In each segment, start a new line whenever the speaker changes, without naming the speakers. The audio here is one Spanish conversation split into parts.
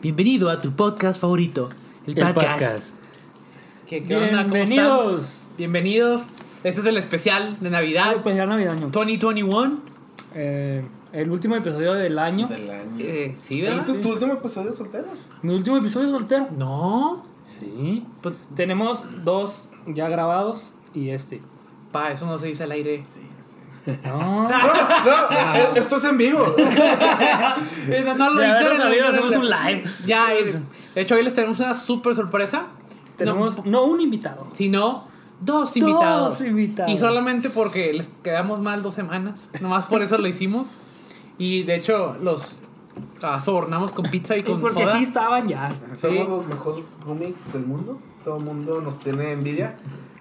Bienvenido a tu podcast favorito, el
El
podcast.
podcast.
¿Qué, qué onda? ¿Cómo
Bienvenidos.
estamos? Bienvenidos. Este es el especial de Navidad
Especial navideño.
2021.
Eh, el último episodio del año.
Del año.
Eh, sí,
¿El-
¿verdad?
tu, tu último episodio soltero?
Mi último episodio soltero.
No.
Sí.
Pues,
Tenemos dos ya grabados y este.
pa, eso no se dice al aire.
No.
No, no, eh, esto es en vivo.
Eh, no, no lo
De haberlo
intenten,
sabido,
no lo
hacemos un
intenten.
live.
Ya, eh, de hecho, hoy les tenemos una súper sorpresa.
Tenemos no, un invitado.
sino dos, invitados.
invitados.
Y solamente porque les quedamos mal dos semanas, nomás por eso lo hicimos. Y de hecho los ah, sobornamos con pizza y
Y
con
porque
soda.
aquí estaban ya.
Somos los mejores roommates del mundo. Todo el mundo nos tiene envidia.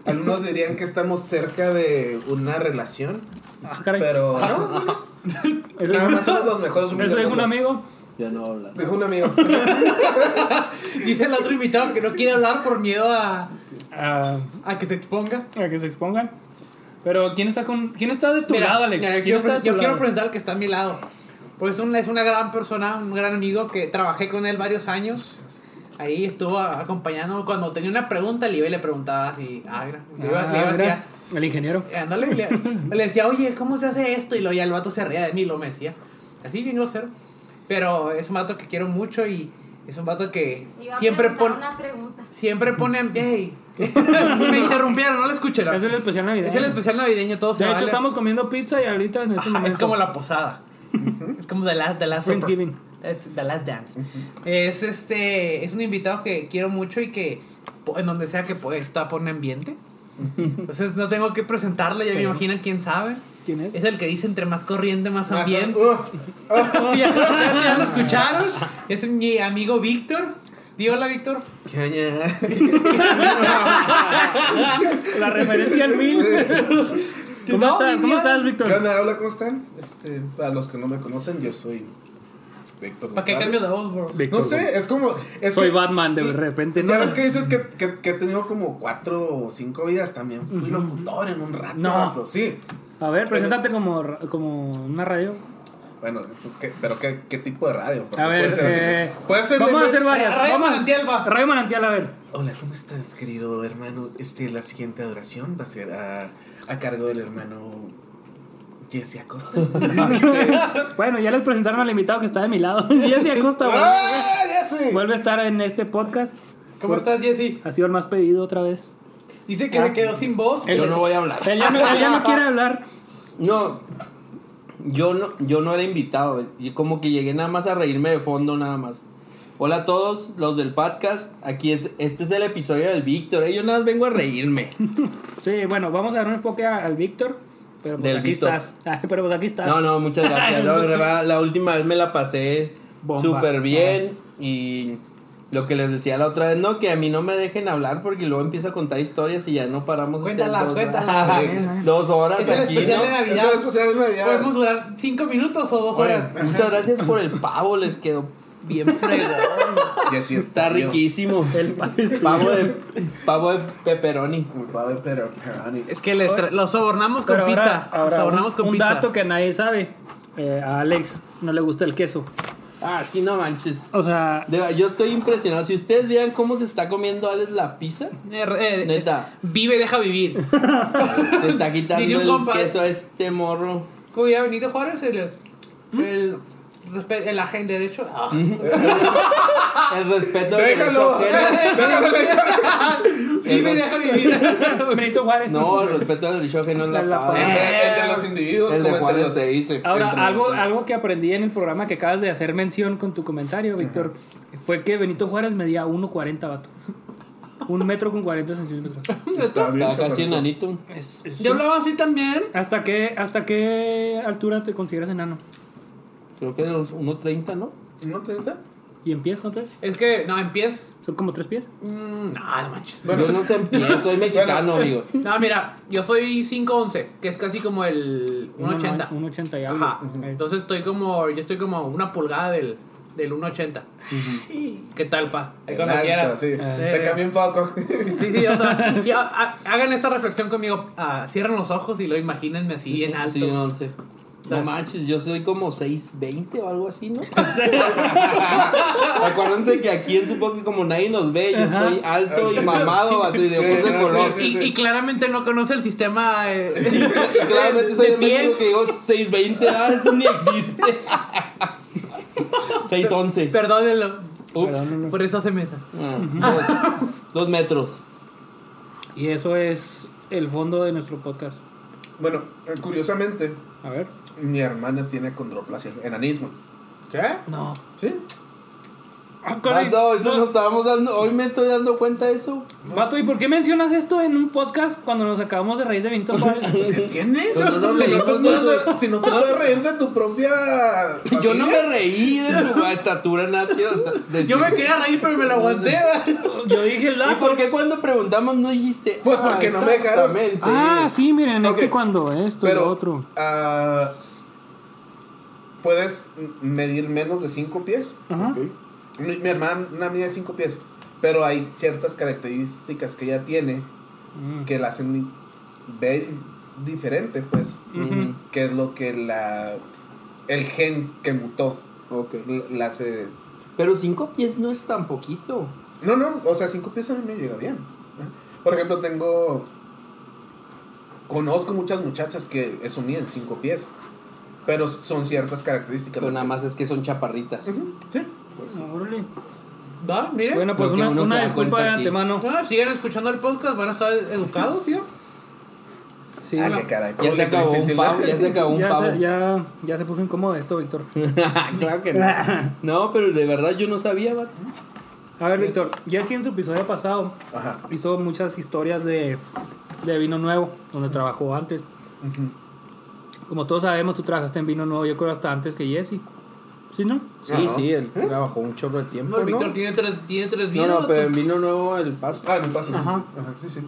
Algunos dirían que estamos cerca de una relación,
Ah, caray.
pero no,
Ah.
no,
Eso-
nada más somos los mejores roommates
Eso
del
dijo un
mundo.
amigo.
Ya no habla.
Dijo un amigo.
Dice el otro invitado que no quiere hablar por miedo a,
ah,
a que se exponga.
para que se expongan. Pero ¿quién está con quién está de tu
Mira,
lado, Alex?
mira, yo
¿Quién
quiero,
está de
pre- yo
tu
quiero
lado?
presentar al que está a mi lado. Pues un- es una gran persona, un gran amigo que trabajé con él varios años. Ahí estuvo a- acompañándome. Cuando tenía una pregunta, le iba y le preguntaba así, agra. Le iba, le iba
Ah,
así
mira,
a-
el ingeniero.
Eh, Ándale, le, le decía, oye, ¿cómo se hace esto? Y luego ya el vato se reía de mí, lo me decía. Así bien grosero. Pero es un vato que quiero mucho y es un vato que
Iba a
siempre
preguntar
pone.
Una pregunta.
Siempre pone. ¡Ey! me interrumpieron, no lo escuché. ¿no?
Es el especial navideño.
Es el especial navideño, todos se
De hecho,
vale.
estamos comiendo pizza y ahorita en este
Ajá, es
momento.
como la posada. es como The Last, the last Supper.
Thanksgiving.
Es The Last Dance. Es este. Es un invitado que quiero mucho y que po- en donde sea que pueda está pone ambiente. Entonces no tengo que presentarle, ya me
Sí.
imaginan quién sabe.
¿Quién es?
Es el que dice entre más corriente, más
Más-
ambiente.
uh,
ya, ya- ya lo escucharon. Es mi amigo Víctor. Di hola, Víctor.
¿Qué oña?
La referencia al mil. ¿Cómo,
No,
estás-
mi
cómo
Diana.
estás,
¿Qué
Víctor?
onda? Hola, ¿cómo están? Este, para los que no me conocen, yo soy Víctor
¿Para qué
González.
cambio de voz, bro?
No sé, es como. Es
Soy
que-
Batman de repente.
Ya
No,
ves que dices que, que, que he tenido como cuatro o cinco vidas también. Fui locutor en un rato.
No.
vato, Sí.
A ver, preséntate como, ra- como una radio.
Bueno, ¿qué- pero qué, ¿qué tipo de radio? Porque
A ver,
puede ser, así
eh,
que- puede ser de-
vamos a
de-
hacer varias.
Radio
vamos a-
Manantial, va.
Radio Manantial, a ver.
Hola, ¿cómo estás, querido hermano? Este, la siguiente adoración va a ser a, a cargo del hermano Jesse Acosta.
Bueno, ya les presentaron al invitado que está de mi lado. Jesse Acosta vuelve,
¡Ah, Jesse!
vuelve a estar en este podcast.
¿Cómo estás, Jesse?
Ha sido el más pedido otra vez.
Dice que me quedó sin voz.
Ah. El-
Yo no voy a hablar.
Él ya no, él ya no quiere hablar.
Eh, No, yo no, yo no era invitado. Y como que llegué nada más a reírme de fondo, nada más. Hola a todos los del podcast. Aquí es, este es el episodio del Víctor. eh, Yo nada más vengo a reírme.
Sí, bueno, vamos a dar un enfoque a- al Víctor. Pero pues
Del
aquí
Víctor.
estás. Ah, Pero pues aquí estás.
No, no, muchas gracias. No, de verdad, la última vez me la pasé
Bomba.
súper bien. Y lo que les decía la otra vez, no, que a mí no me dejen hablar porque luego empiezo a contar historias y ya no paramos. este
Cuéntalas,
dos-
cuéntalas.
Dos horas
Es el
aquí.
especial
¿no?
de Navidad.
Eso es especial de Navidad.
Podemos durar cinco minutos o dos
Oye,
horas.
muchas gracias por el pavo, les quedó bien fregón.
Jesse
Está
yo.
riquísimo.
El
Pavo de, pavo de pepperoni.
Culpable, pero. pero, Ani.
Es que les tra- los sobornamos con
Pero ahora-
pizza. Los
ahora
sobornamos
un,
con
un
pizza.
dato que nadie sabe. Eh, a Alex no le gusta el queso.
Ah, sí, no manches.
O sea,
De verdad, yo estoy impresionado. Si ustedes vean cómo se está comiendo Alex la pizza,
Eh, eh, eh,
Neta.
Vive, deja vivir.
le está
Diría
quitando
un
el
compa.
queso a este morro.
¿Cómo hubiera venido Juárez? El, el, respe- el agente derecho. Ah.
El respeto de
Ah. ¡Déjalo!
los ojeras.
¡Déjalo!
Mm.
Vive, deja vivir.
Benito Juárez.
No, el respeto al derecho ajeno es la,
Es la
paz.
paz.
Entre, entre los Eh, individuos,
El
como
de
entre
Juárez
los.
te dice.
Ahora,
entre
algo,
los dos.
algo que aprendí en el programa que acabas de hacer mención con tu comentario, Víctor, fue que Benito Juárez medía 1,40 vato. Un metro con 40 centímetros.
Está
bien,
casi
Roberto.
enanito.
Es- es-
Yo hablaba así también.
¿Hasta qué, ¿Hasta qué altura te consideras enano?
Creo que era unos 1.30, ¿no?
¿No te gusta?
¿Y en pies cuánto es?
Es que, no, en pies.
¿Son como tres pies?
mm, no, no manches.
Bueno.
Yo no sé, yo soy mexicano, amigo.
No, mira, yo soy 5'11, que es casi como el 1'80.
Un 80 y algo.
Ajá.
Ok.
Entonces estoy como. Yo estoy como una pulgada del, del 1.80. ¿Qué tal, pa? Ahí
En
cuando
alto,
quieras.
sí.
Eh.
Le cambié un poco.
Sí, sí, o sea, y ha- ha- hagan esta reflexión conmigo. Ah, cierren los ojos y lo imagínenme así bien alto.
Sí, 11. No manches, yo soy como 620 o algo así, ¿no? Acuérdense que aquí en su podcast, como nadie nos ve, yo
Ajá.
estoy alto y mamado, vato, y de
Sí,
voz de
no,
color.
sí, sí.
Y, y claramente no conoce el sistema eh,
Y claramente soy
de
de
piel.
México que digo 620, ah, eso ni existe. 611.
Perdónenlo.
Ups.
Perdónenlo.
Por eso hace mesas.
Ah, dos, dos metros.
Y eso es el fondo de nuestro podcast.
Bueno, eh, curiosamente,
A ver.
mi hermana tiene condroplasia, es enanismo.
¿Qué?
No.
¿Sí?
Vato, Ah, eso nos estábamos dando. Hoy me estoy dando cuenta de eso.
Vato, ¿y por qué mencionas esto en un podcast cuando nos acabamos de reír de Benito Juárez?
¿Se tiene?
Pero no nos
si, no te
reímos
puedes, si no te puedes reír de tu propia.
Yo no me
familia.
reí de su estatura nació.
Yo me quería reír, pero me lo aguanté.
Yo dije el
¿Y
dato.
por qué cuando preguntamos no dijiste?
Pues porque no me dejaron".
exactamente"?
Ah, sí, miren, es
Ok.
que cuando esto y
Pero.
lo otro.
ah, puedes m- medir menos de 5 pies.
Ajá.
Mi, mi hermana una mide 5 pies. Pero hay ciertas características que ella tiene
Mm.
que la hacen ver diferente, pues.
Ujú.
Que es lo que la. El gen que mutó
Ok.
l- la hace.
Pero cinco pies no es tan poquito.
No, no, o sea, cinco pies a mí me llega bien. Por ejemplo, tengo. Conozco muchas muchachas que eso miden cinco pies. Pero son ciertas características.
Pero nada más es que son chaparritas.
Ujú, Sí.
pues, Órale.
Va, miren.
Bueno, pues
Lo que
una,
uno se
una
da
disculpa
cuenta
de
aquí.
antemano.
Ah, siguen escuchando el podcast, van a estar educados, ¿sí?
Sí,
Ah,
ya-
qué caray.
Ya
¿cómo
se
le
acabó un
difícil,
pavo.
eh?
Ya se acabó un
ya,
pavo.
se, ya, ya se puso incómodo esto, Víctor.
Ah, Claro que no. No, pero de verdad yo no sabía, vato.
A ver, Víctor, Jesse en su episodio pasado
Ajá.
hizo muchas historias de, de Vino Nuevo, donde trabajó antes.
Ujú.
Como todos sabemos, tú trabajaste en Vino Nuevo, yo creo hasta antes que Jesse. ¿Sí, no?
Sí,
Ajá.
sí, él trabajó un chorro de tiempo.
el
¿Eh? ¿no?
Víctor tiene tres, tiene tres
No, no,
videos,
pero en vino nuevo el paso.
Ah, no pasa. sí, sí.
Ajá.
Ajá, sí, sí.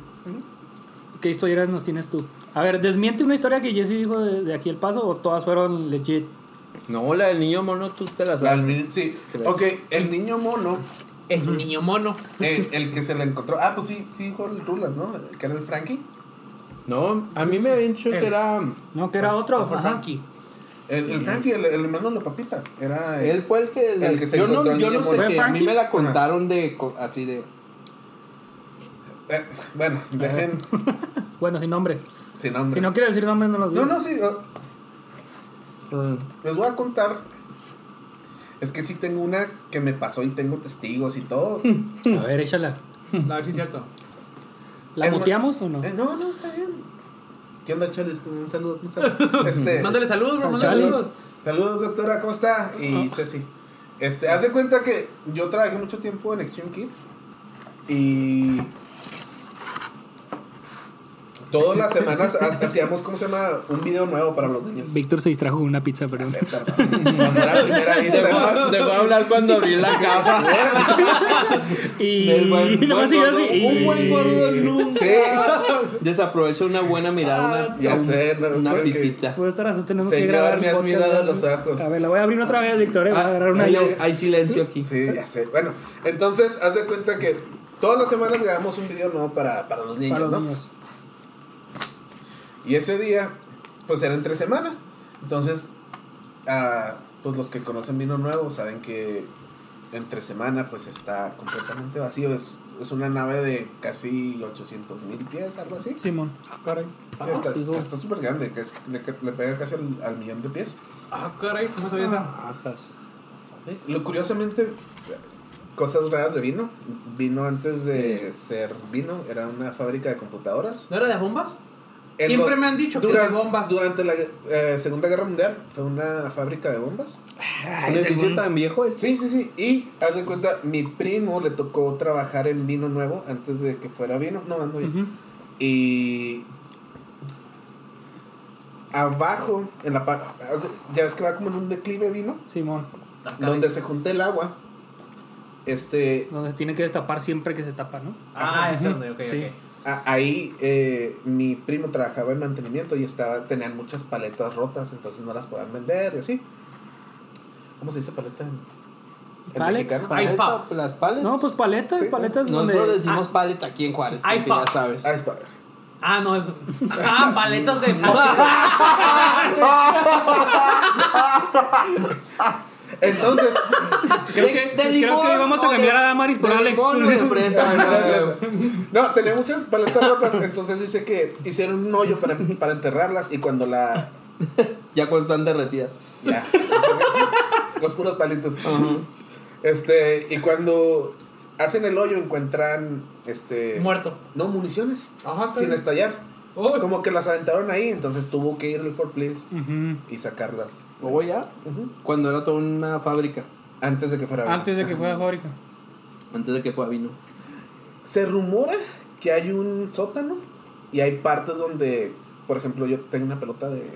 ¿Qué historias nos tienes tú? A ver, desmiente una historia que Jesse dijo de, de aquí el paso o todas fueron legit.
No, la del niño mono, tú te la
La-
sabes.
el- sí.
Gracias.
Ok, el niño mono,
Es un niño mono.
eh, el que se le encontró. Ah, pues sí, sí, dijo el Rulas, ¿no? Que era el Frankie.
No, a mí me habían dicho que era.
No, que era otro.
Por Pues,
ajá.
Frankie.
El, el Frankie, el, el hermano de la papita. Era. eh,
Él fue el que.
El que se
yo
encontró
no,
al
yo
niño
no sé
mono.
qué. A mí
¿Fue
me la
Frankie?
contaron de. co- Así de.
eh, bueno, dejen.
Bueno, sin nombres.
Sin nombres.
Si no quiere decir nombres, no los digo.
No, no, sí. o- Les voy a contar. Es que sí tengo una que me pasó y tengo testigos y todo. Eh,
Mm. A ver, échala.
A ver si es cierto.
¿La
Es una-
muteamos o no?
Eh, no, no, está bien. ¿Qué onda, Chales? Un saludo, ¿cómo estás? Este,
Mándale saludos, bro.
Al
Mándale
Eh, Chales.
saludos.
saludos, doctora Costa y
Ah.
Ceci. Este, haz de cuenta que yo trabajé mucho tiempo en Extreme Kids y todas las semanas hasta hacíamos, ¿cómo se llama? Un video nuevo para los niños.
Víctor se distrajo con una pizza, perdón.
Acepta, pa. Cuando era primera
Este
vista, ¿no?
Te voy a hablar cuando abrí la caja.
Y
Del buen-
nomás
buen
siguió
gordo.
así.
Un buen gordo nunca.
Sí.
Desaprovecha una buena mirada,
Ah, ya
una, un-
sé, no,
una
espero que-
visita.
Por esta razón tenemos que
Señor,
grabar. el
me has
podcast.
mirado a los ojos.
A ver, la voy a abrir otra vez, Víctor. eh, Voy a agarrar una
Ah,
yo.
hay- hay silencio aquí.
Sí, ya sé. Bueno, entonces, haz de cuenta que todas las semanas grabamos un video nuevo para, para los niños,
Para los
¿no?
niños.
Y ese día, pues era entre semana. Entonces, ah, pues los que conocen Vino Nuevo saben que entre semana, pues está completamente vacío. Es, es una nave de casi 800 mil pies, algo así.
Simón.
Ah, caray.
Sí, está
sí,
está súper grande, que es- le, le pega casi al, al millón de pies.
Ah, caray. No sabía nada.
Ajas.
Sí, Lo curiosamente, cosas raras de vino. Vino antes de ser vino, era una fábrica de computadoras.
¿No era de bombas?
En
Siempre
lo-
me han dicho que
duran-
de bombas.
Durante la eh, Segunda Guerra Mundial fue una fábrica de bombas.
Ah, ¿Un edificio tan viejo es?
Sí, sí, sí. Y haz de cuenta, mi primo le tocó trabajar en vino nuevo antes de que fuera vino. No, ando bien.
Ujú.
Y abajo, en la parte, ya ves que va como en un declive vino,
Simón.
donde se junta el agua. Este,
Donde se tiene que destapar siempre que se tapa, ¿no?
Ah, es donde, ok,
Sí.
ok.
A- Ahí eh, mi primo trabajaba en mantenimiento y estaba, tenían muchas paletas rotas, entonces no las podían vender y así. ¿Cómo se dice paleta? en- en
Pallets.
mexicano?
Ice pop.
Las pallets.
No, pues paletas,
Sí.
paletas donde. Ah.
Nosotros decimos pallets aquí en Juárez, porque
Ice
ya
pop.
sabes.
Ah, es pa-
Ah, no, es. Ah, paletas de.
Entonces,
Creo que, creo que vamos a cambiar a Damaris por Alex.
no, tenía muchas paletas rotas. Entonces dice que hicieron un hoyo para, para enterrarlas y cuando la.
Ya cuando están derretidas.
Ya. Los puros palitos. Este, y cuando hacen el hoyo encuentran este
Muerto. Ah,
No, municiones.
Ajá,
sin
pero-
estallar.
Oh.
Como que las aventaron ahí, entonces tuvo que ir el Fort Place y sacarlas.
¿O ya? Cuando era toda una fábrica.
Antes de que fuera verano.
Antes de que fuera fábrica.
Antes de que fue a vino.
Se rumora que hay un sótano y hay partes donde, por ejemplo, yo tengo una pelota de,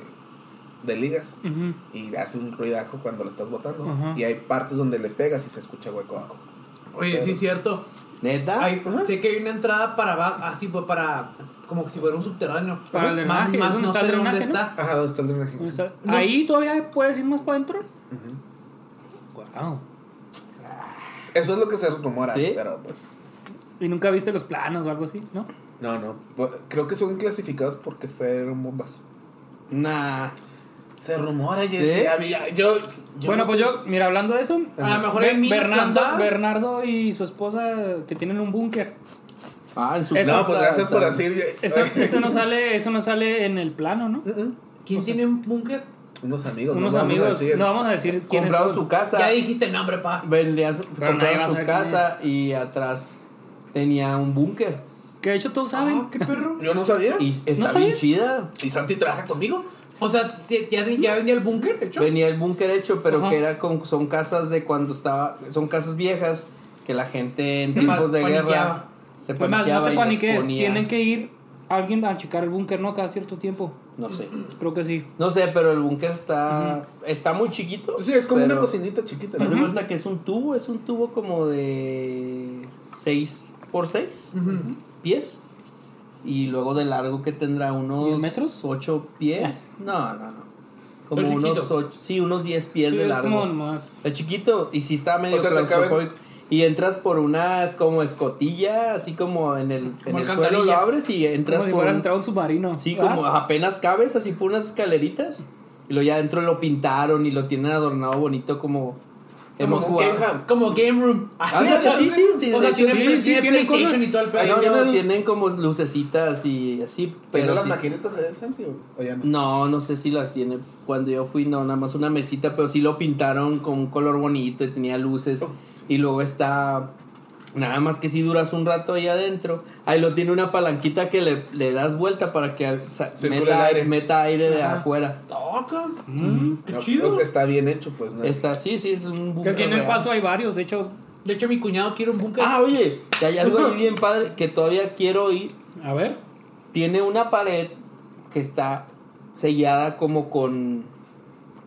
de ligas
Ujú.
y hace un ruidajo cuando la estás botando.
Ajá.
Y hay partes donde le pegas y se escucha hueco abajo.
Oye, sí es cierto.
Ah,
¿Neta?
Hay- sé que hay una entrada para abajo, así pues para como si fuera un subterráneo.
Para el
más,
drenaje,
más
es donde
no
está el
sé dónde
drenaje, ¿no?
está.
Ajá, ¿dónde está el drenaje?
¿Dónde está? Ahí todavía puedes ir más para adentro. Wow.
Eso es lo que se rumora,
¿Sí?
pero pues.
¿Y nunca viste los planos o algo así? ¿No?
No, no. bu- Creo que son clasificados porque fueron bombas.
Nah.
Se rumora,
¿Sí?
Jesse. a mí- Yo, yo
bueno,
no
pues
sé.
yo, mira, hablando de eso,
A lo mejor
Be-
hay niños
Ah. Bernardo,
plantados.
Bernardo y su esposa que tienen un búnker.
Ah, en su
Eso
No,
casa
pues gracias por
están-
decir. eh,
Eso, eso no sale, eso no sale en el plano, ¿no?
¿Quién tiene un búnker?
Unos amigos,
Unos
no vamos
amigos,
a decir.
no vamos a decir quién
Compraron
es.
su casa.
Ya dijiste el nombre, pa.
vendía su,
Pero nadie va a
compraron su
saber quién
casa y atrás tenía un búnker.
Que de hecho todos saben.
Ah, qué perro.
Yo no sabía. ¿Y,
Y está
sabía?
bien chida.
Santi trabaja conmigo?
O sea, ¿te- ¿ya, ya venía el búnker hecho?
Venía el búnker hecho, pero
Ajá.
que era con, son casas de cuando estaba, son casas viejas que la gente en
Se
tiempos de
paniqueaba.
guerra se
Pues más, no
paniqueaba
te
y les
paniques,
ponía-
tienen que ir alguien a checar el búnker, ¿no? Cada cierto tiempo.
no sé,
Creo que sí.
no sé, pero el búnker está está muy chiquito.
Pues Sí, es como
pero-
una cocinita chiquita. ¿no?
Haz de cuenta que es un tubo, es un tubo como de 6 por 6 pies. Y luego de largo que tendrá unos
¿Diez metros? Ah.
8 pies. No, no, no. Como
Pero
unos
chiquito.
8, sí, unos 10 pies
Sí,
de
es como
largo.
más.
Es chiquito y sí está medio
O sea, te caben-
claustrofóbico. Y entras por unas como escotilla, así como en el, en
Como
el suelo lo
alcantarilla.
abres y
Como
entras
si
por
fueras
un-
entrado a un submarino.
Sí,
Ah,
como apenas cabes así por unas escaleritas. Y luego ya adentro lo pintaron y lo tienen adornado bonito como hemos
Como
jugado.
Kenham.
Como Game Room.
Ándale, sí, sí, de-
O
de
sea,
hecho,
tiene,
sí,
tiene
sí, tiene
PlayStation
cosas.
y todo el
Ah,
pedo.
no,
Ahí
no,
tienen-
tienen como lucecitas y así,
¿Pero
pero
las
sí.
maquinitas allá del Santi o o ya no?
No, no sé si las tiene. Cuando yo fui, no, nada más una mesita, pero sí lo pintaron con un color bonito y tenía luces.
Oh, sí.
Y luego está. Nada más que si duras un rato ahí adentro. Ahí lo tiene una palanquita que le, le das vuelta para que o sea,
Circule
meta,
el aire.
meta aire de afuera.
Toca. Ah, Qué
No,
chido.
pues, está bien hecho, pues no.
Está, sí, sí, es un
Que
búnker
aquí en el
real.
paso hay varios, de hecho.
De hecho, mi cuñado quiere un búnker.
Ah, oye, que hay algo ahí bien padre que todavía quiero ir.
A ver.
tiene una pared que está sellada como con,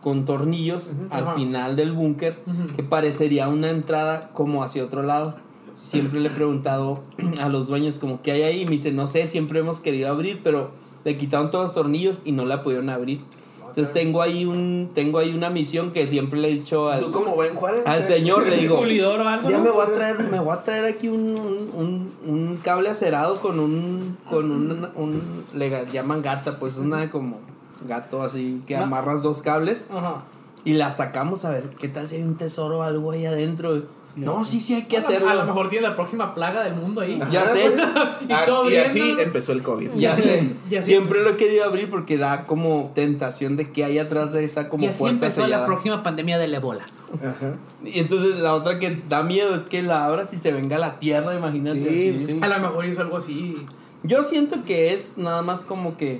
con tornillos al
Ajá.
final del búnker, que parecería una entrada como hacia otro lado. Siempre le he preguntado a los dueños como qué hay ahí y me dice, no sé, siempre hemos querido abrir, pero le quitaron todos los tornillos y no la pudieron abrir. Entonces tengo ahí un tengo ahí una misión que siempre le he dicho al,
Tú como Ben Juárez.
al
eh,
señor, le digo,
Pulidor o algo.
ya
¿no?
me voy a traer, me voy a traer aquí un, un, un- un cable acerado con un, con un, un- le ga- llaman gata, pues una como gato así que
Una-
amarras dos cables
Ajá.
y la sacamos a ver qué tal si hay un tesoro o algo ahí adentro. No, sí, sí hay que
A lo-
hacerlo.
A lo mejor tiene la próxima plaga del mundo ahí.
Ya sé,
Y
Ah,
todo
y
bien,
así
¿no?
empezó el COVID.
ya sé.
Ya sé.
Siempre lo he querido abrir porque da como tentación de que hay atrás de esa como
y así
puerta
empezó la
sellada.
próxima pandemia del ébola.
Ajá.
Y entonces la otra que da miedo es que la abras y se venga la tierra, imagínate.
Sí,
así.
sí.
A lo mejor hizo algo así.
Yo siento que es nada más como que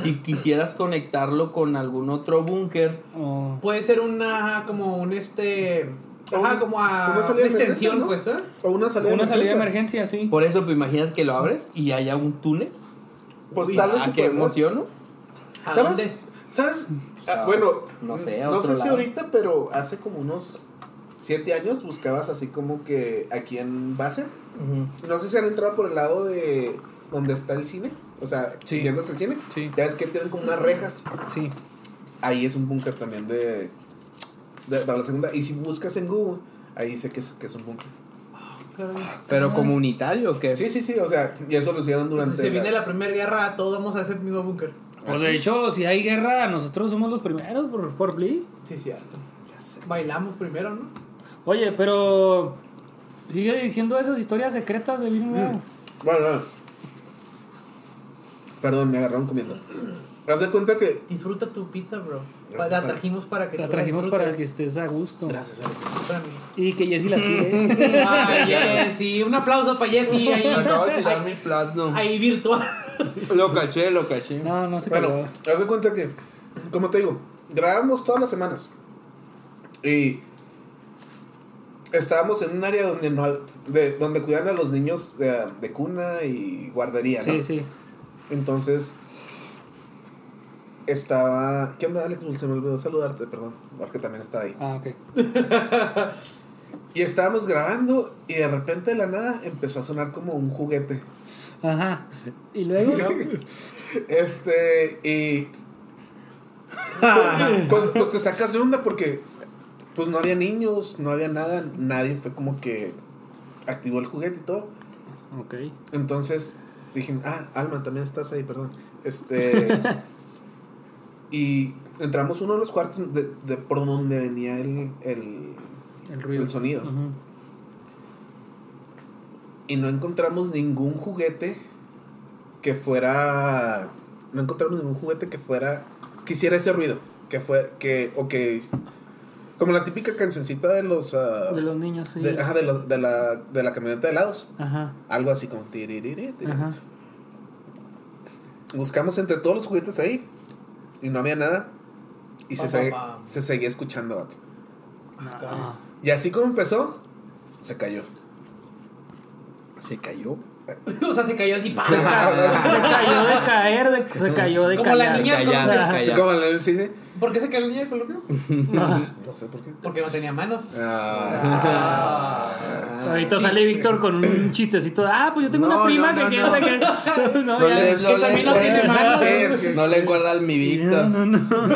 si quisieras conectarlo con algún otro búnker.
Oh.
Puede ser una, como un este.
O
Ajá,
un-
como a
una
una,
salida de emergencia,
extensión,
¿no?
pues, ¿eh?
O una salida
Una
de
salida de
emergencia.
emergencia, sí.
Por eso, pues imagínate que lo abres y haya un túnel.
Pues
Uy,
tal vez
ah,
sí
qué
puede ser.
emociono.
¿A
¿Sabes?
dónde?
¿Sabes?
O sea,
Ah, bueno,
no sé, a
no
otro
sé si
lado.
ahorita, pero hace como unos siete años buscabas así como que aquí en base. No sé si han entrado por el lado de donde está el cine. O sea,
Sí.
viendo hasta el cine.
Sí.
Ya ves que tienen como unas rejas.
Sí.
Ahí es un búnker también de, de- Para la segunda. Y si buscas en Google, ahí dice que es, que es un búnker. Ah,
Pero comunitario, que
Sí, sí, sí. O sea, y eso lo hicieron durante.
Si se viene
la-
la primera guerra, todos vamos a ese mismo búnker.
Ah,
Pues de hecho, si hay guerra, nosotros somos los primeros por Fort Bliss.
Sí, cierto.
ya sé.
Bailamos primero, ¿no?
Oye, pero. Sigue diciendo esas historias secretas de
Mm,
vino nuevo.
Bueno, bueno. Perdón, me agarraron comiendo. Haz de cuenta que.
Disfruta tu pizza, bro.
Gracias,
la
padre.
trajimos para que
La
tú
trajimos
disfrutes.
para que estés a gusto.
Gracias, Ale.
Para mí.
Y que Jessy la tire.
Ah, Jessy. Un aplauso para Jessy. Ahí,
Acabo de tirar mi
ahí,
plátano.
ahí virtual.
Lo caché, lo caché.
No, no se
Bueno,
cayó.
haz de cuenta que, como te digo, grabamos todas las semanas. Y estábamos en un área donde no de, donde cuidan a los niños de, de cuna y guardería, ¿no?
Sí, sí.
Entonces, estaba. ¿Qué onda, Alex? Se me olvidó saludarte, perdón. Porque también estaba ahí.
Ah, ok.
Y estábamos grabando y de repente de la nada empezó a sonar como un juguete.
Ajá. Y luego.
Este, y. pues, pues te sacas de onda porque. Pues no había niños, no había nada, nadie fue como que activó el juguete y todo.
Ok.
Entonces dije, ah, Alma, también estás ahí, perdón. Este. y entramos uno de los cuartos de, de por donde venía el, el,
El ruido.
el sonido.
Ujú.
Y no encontramos ningún juguete que fuera. No encontramos ningún juguete que fuera. Que hiciera ese ruido. Que fue. Que. O que. Como la típica cancioncita de los. ah,
De los niños, sí.
de- ajá, de los- de la, de la camioneta de helados.
Ajá.
Algo así como. tiririri, tiririri.
Ajá.
Buscamos entre todos los juguetes ahí. Y no había nada. Y se,
Pa,
se,
pa, pa.
se seguía escuchando. vato.
Ah.
Y así como empezó, se cayó.
¿Se cayó?
O sea, se cayó así. pa.
Se cayó de caer, de- se cayó de
Como la
callar.
niña
Callar,
con-
callar.
Así como le dice,
¿Por qué se cayó el niño de Colombia?
No sé por qué.
Porque no tenía manos. Ah,
Ah.
Ahorita sale Víctor con un chistecito. de, Ah, pues yo tengo
No,
una prima
no, no,
que quiere
no. Pues
sacar. No,
No
ya.
le- no
que también no tiene
le-
manos.
Sí, es que-
No le guardan mi Víctor.
No, no, no.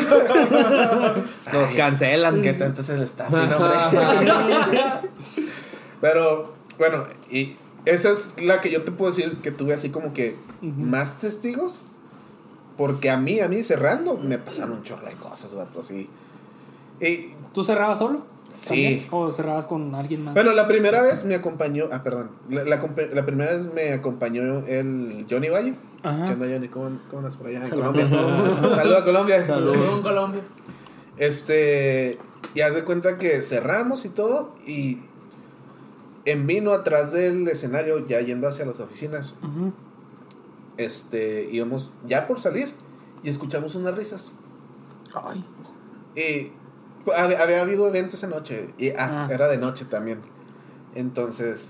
Nos cancelan.
¿Qué tanto es el staff? no, hombre? Pero, bueno, y esa es la que yo te puedo decir que tuve así como que más testigos. Porque a mí, a mí cerrando, me pasaron un chorro de cosas, vato, así. Y,
¿Tú cerrabas solo?
Sí.
¿También? ¿O cerrabas con alguien más?
bueno, la primera vez me acompañó, ah, perdón, la, la compa- la primera vez me acompañó el Johnny Valle.
Ajá.
¿Qué onda, Johnny? ¿Cómo, cómo andas por allá en
Saludos.
Colombia? Saludos a Colombia.
Saludos.
En Colombia.
Este, y haz de cuenta que cerramos y todo, y en vino atrás del escenario, ya yendo hacia las oficinas,
Ujú.
este, íbamos ya por salir y escuchamos unas risas.
Ay.
Y pues, hab- había, habido eventos esa noche, y ah,
Ah.
era de noche también. Entonces,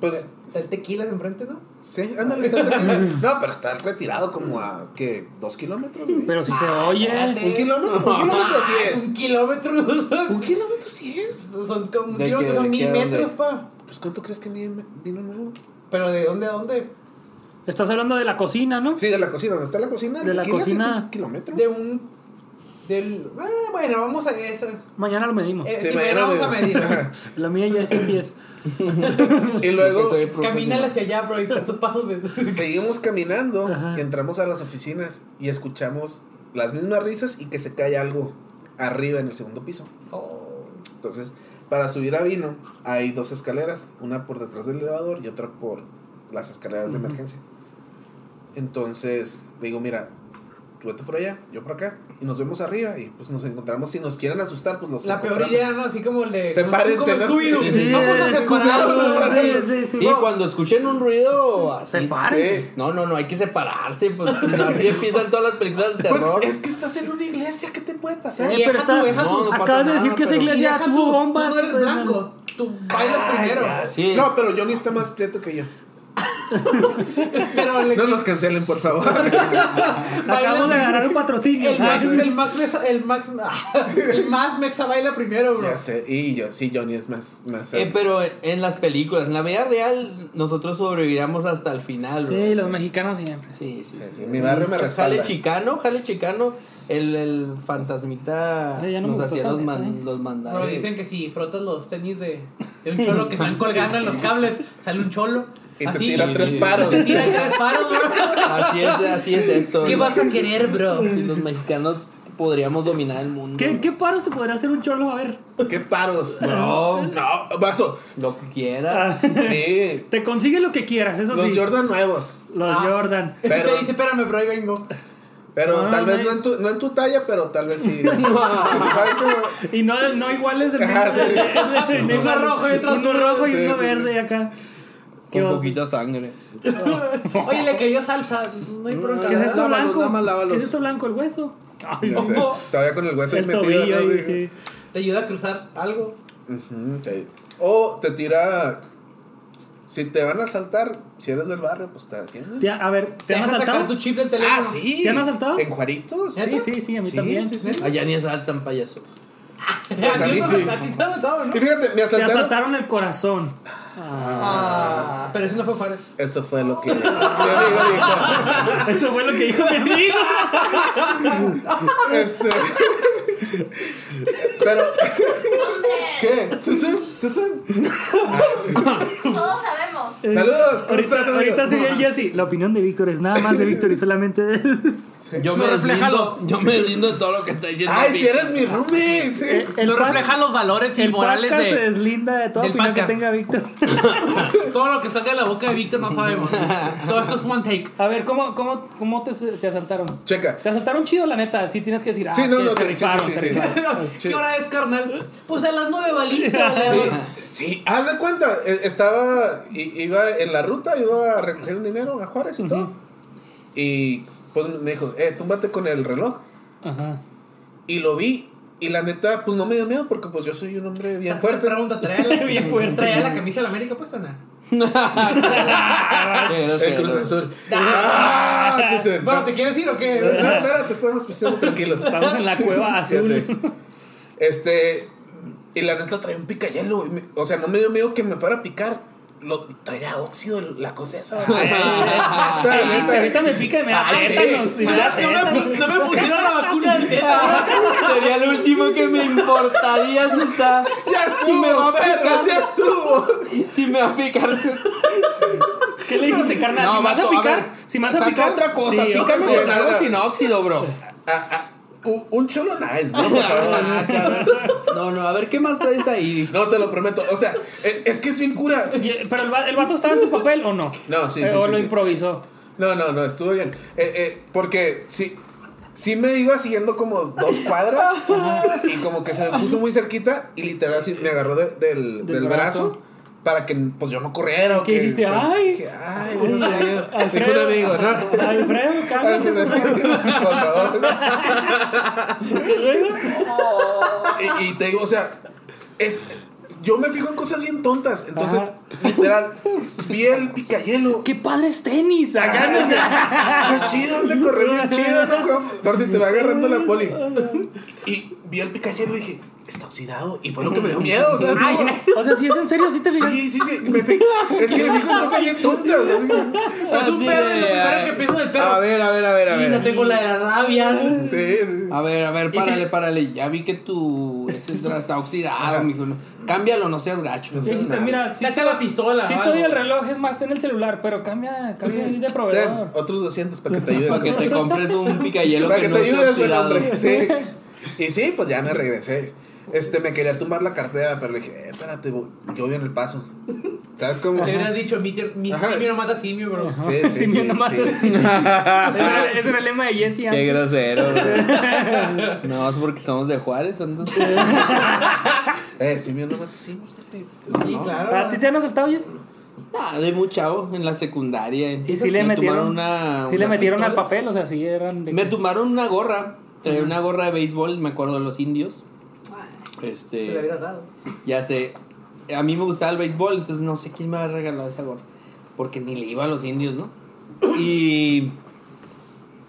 Pues-
Está el tequila enfrente, ¿no?
sí, ándale, está retirado. No, pero estar retirado como a, ¿qué? ¿Dos kilómetros? güey?
Pero si se oye.
espérate.
¿Un kilómetro? ¿Un kilómetro sí
Ah,
es?
Un kilómetro.
¿Un kilómetro sí es?
Son como un
¿De
kilómetro,
qué-
son
de
mil
qué a dónde?
metros, pa.
Pues, ¿cuánto crees que mide vino nuevo?
Pero ¿de dónde a dónde?
Estás hablando de la cocina, ¿no?
Sí, de la cocina, donde está la cocina.
De la
¿Quién hace
cocina.
un kilómetro?
De un. Del. Ah, bueno, vamos a eso.
Mañana lo medimos.
Eh,
Sí,
sí,
mañana
mañana vamos a
me-
medir.
La mía ya es el 10.
Y luego
Yo que soy profesional.
Camínale hacia allá, bro, y tantos pasos de.
seguimos caminando,
Ajá.
y entramos a las oficinas y escuchamos las mismas risas y que se cae algo arriba en el segundo piso.
Oh.
Entonces, para subir a vino hay dos escaleras, una por detrás del elevador y otra por las escaleras de emergencia. Entonces, le digo, mira, tú vete por allá, yo por acá, y nos vemos arriba y pues nos encontramos. Si nos quieren asustar, pues los
La peor
encontramos.
idea, ¿no? Así como el de.
Sepárense,
Como
¿no?
Scooby-Doo.
Sí, sí,
Vamos a
sí,
separarnos.
sí, Eh, sí, sí.
Sí, cuando escuchen un ruido así.
Sepárense.
sí. No, no, no, hay que separarse. Pues, si no, así empiezan todas las películas de
Pues,
terror.
es que estás en una iglesia, ¿qué te puede pasar?
Eh,
deja
pero está-
tú, deja
tú. No, no pasa
Acabas de decir
nada,
que esa
pero-
Y
iglesia
deja
tuvo
tú,
bombas. pues,
Tú no eres blanco. Tú bailas primero.
Sí.
No, pero Johnny está más prieto que yo.
Pero le-
No nos cancelen, por favor.
Acabamos de
baila-
ganar un patrocinio.
El Max, el Max, Mesa- el Max, el Max Mexa baila primero, bro.
ya sé, y yo, sí, Johnny es más. más
Eh, pero en las películas, en la vida real, nosotros sobreviviríamos hasta el final. bro.
Sí, los mexicanos siempre.
Sí, sí,
Sí,
sí.
sí, mi barrio me respalda.
Jale chicano, jale chicano. El, el fantasmita
Sí, ya no me
nos
gustó
hacía los,
tanto
man-
eso, ¿eh?
los mandados.
Bro, dicen que si frotas los tenis de, de un cholo que están colgando en los cables, sale un cholo.
y te
así,
tira tres
sí.
paros.
Te tira tres palos, bro.
Así es, así es esto.
¿Qué
¿no?
vas a querer, bro?
Sí, los mexicanos podríamos dominar el mundo.
¿Qué, ¿Qué paros te podría hacer un cholo? A ver,
¿Qué paros?
No,
No, vato.
lo que quieras.
Ah,
Sí.
te consigue lo que quieras, eso
Los
sí.
Jordan nuevos.
Los
Ah.
Jordan.
Y
Pero-
te dice, espérame, pero ahí vengo.
Pero
Ah,
tal vez
güey.
no en, tu, no en tu talla, pero tal vez sí. ¿Sabes cómo?
Y no, no iguales el
Ajá, Ah, sí.
mismo.
Uno rojo y otro
Uno
azul.
rojo y
Sí,
uno
sí.
verde acá. Qué
Con
bo-
poquita sangre.
Oye, le cayó salsa. No hay bronca.
¿Qué es esto
Lávalos,
blanco?
nada más lávalos.
¿Qué es esto blanco? ¿El hueso? Ay,
No sé,
no.
Todavía con el hueso
El
ahí metido.
tobillo
¿no?
ahí,
Sí.
sí.
Te ayuda a cruzar algo.
Ujú, ok. O te tira. Si te van a saltar, si eres del barrio, pues te atienden.
Te- a ver, ¿te han
deja sacar
asaltado?
tu chip del teléfono.
Ah, sí.
¿Te han asaltado?
¿En Juaritos?
Sí, sí, sí, a mí también.
sí, sí.
Allá ni asaltan payaso.
Pues a mí sí.
A ti te han atado, ¿no?
Y fíjate, me
Te
asaltaron.
asaltaron el corazón.
Ah, pero eso no fue Juárez.
Eso fue lo que mi amigo dijo.
Eso fue lo que dijo mi amigo.
Este. Pero. ¿Qué? ¿Susan? ¿Susan?
Todos sabemos.
Saludos, ¿cómo
Ahorita,
estás, amigo?
ahorita sigue el Jesse. La opinión de Víctor es nada más de Víctor y solamente de él.
Yo me,
No,
deslindo,
refléjalo.
yo me deslindo de todo lo que está diciendo.
Ay,
Vic.
si eres mi roomie. sí.
El
no
pa-
Eh, refleja los valores y
el
morales
podcast se
de
deslinda de toda
del
opinión que
podcast.
tenga Víctor.
todo lo que salga de la boca de Víctor, no sabemos. todo esto es one take.
A ver, ¿cómo, cómo, cómo te, te asaltaron?
Checa.
Te asaltaron chido, la neta. Sí tienes que decir, ah,
Sí, no,
que
no,
se
sí, sí,
rifaron,
sí,
se
sí, sí.
rifaron.
Sí.
¿Qué hora es, carnal? Pues a las nueve balistas.
Sí, haz de cuenta, e- estaba, i- iba en la ruta, iba a recoger un dinero a Juárez y todo. Y pues me dijo, eh, túmbate con el reloj.
Ajá.
Y lo vi, y la neta, pues no me dio miedo porque pues yo soy un hombre bien fuerte.
Pregunta, ¿traía la,
Bien fuerte.
¿traía la camisa de la América puesta o no?
Qué
El
grosero.
Cruz Azul. Ah, entonces,
Bueno,
no,
¿te quieres ir o
no,
qué?
espérate, estamos pisando tranquilos.
Estamos en la cueva
Ya
azul.
sé. Este. Y la neta traía un picayelo. güey. Me- O sea, no me dio miedo que me fuera a picar. Lo, traía óxido la cosa esa. güey. Neta,
Ay,
neta.
viste, ahorita me pica y me da
Ah, sí.
tétanos. y me da tétanos.
No me pusieron la vacuna del tétano.
Sería el último que me importaría si está.
Ya
Si me va
estuvo,
a
perra,
picar.
ya estuvo.
Si me va a picar.
¿Qué le dijiste, carnal? si me vas a
vato,
picar,
ver,
si me vas a
saca
picar.
otra cosa.
Sí,
pícame
otra
con
cosa.
algo sin óxido, bro.
Ah, ah, un, un cholo nice, ¿no? Por favor.
No, no, a ver, ¿qué más traes ahí?
No, te lo prometo. O sea, es, es que es bien cura.
Oye, ¿Pero el, va- el vato estaba en su papel o no?
No, sí,
Eh,
sí,
¿O
sí,
lo
sí.
improvisó?
No, no, no, estuvo bien. Eh, eh, porque sí, sí me iba siguiendo como dos cuadras y como que se me puso muy cerquita y literal así me agarró de- del,
Del
del brazo. para que pues yo no corriera. o
¿Qué
que-
dijiste?
o sea,
¡Ay!
dije, ay, no sabía. Dijo un amigo, ¿no?
Alfredo, cálmate. por favor.
Por favor. y, y te digo, o sea, es, yo me fijo en cosas bien tontas. Entonces,
Ajá.
literal, vi el picayelo
¡Qué padres tenis! Acá no-
Ah, Qué chido, anda a correr bien chido, ¿no? Como- Por si te va agarrando la poli. Y vi al picayelo y dije, está oxidado. Y fue lo que me dio miedo, ¿sabes? cómo?
O sea, si es en serio, sí te fijas.
Sí, sí, sí. me fi- es que me dijo cosas bien tontas. ¿no?
Es un
Así
perro y lo
de,
primero que pienso del
A
perro.
ver, a ver, a ver, a
Y no
ver.
tengo la rabia.
Sí, sí.
A ver, a ver,
si-
párale, párale. Ya vi que tu. Ese está oxidado, mijo. no. Cámbialo, no seas gacho.
Sí, sí, te- mira, sí,
Saca la pistola.
sí
Ah,
o
te doy
algo.
el reloj, es más, ten el celular, pero cambia, cambia
Sí.
de
Ten,
proveedor.
otros 200 para que te ayudes.
Para que te compres un picayelo
Para que
no
te
esté
ayudes, buen
oxidado.
hombre. Sí. Y sí, pues ya me regresé. Este, me quería tumbar la cartera, pero le dije, eh, espérate, voy- yo voy en el paso. ¿Sabes cómo?
Le hubieras dicho, mi, tier- mi
Ajá.
simio no mata simio, bro.
Sí, sí,
Simio
sí,
no mata
sí.
simio. Ese era- ese era el lema de Jesse
Qué
antes.
grosero, bro. No, es porque somos de Juárez, andas.
Eh, simio no mata simio. sí.
Sí, claro.
¿A ti te han asaltado, Jesse?
Ah, de muy chavo, en la secundaria.
Y si le
me
metieron,
Tomaron una,
sí le
Ah, unas
metieron al
pistolas.
papel, o sea, sí eran de...
Me tomaron una gorra. Traía una gorra de béisbol, me acuerdo de los indios.
Te la
Este,
hubieras dado.
ya sé. A mí me gustaba el béisbol, entonces no sé quién me había regalado esa gorra. Porque ni le iba a los indios, ¿no? Y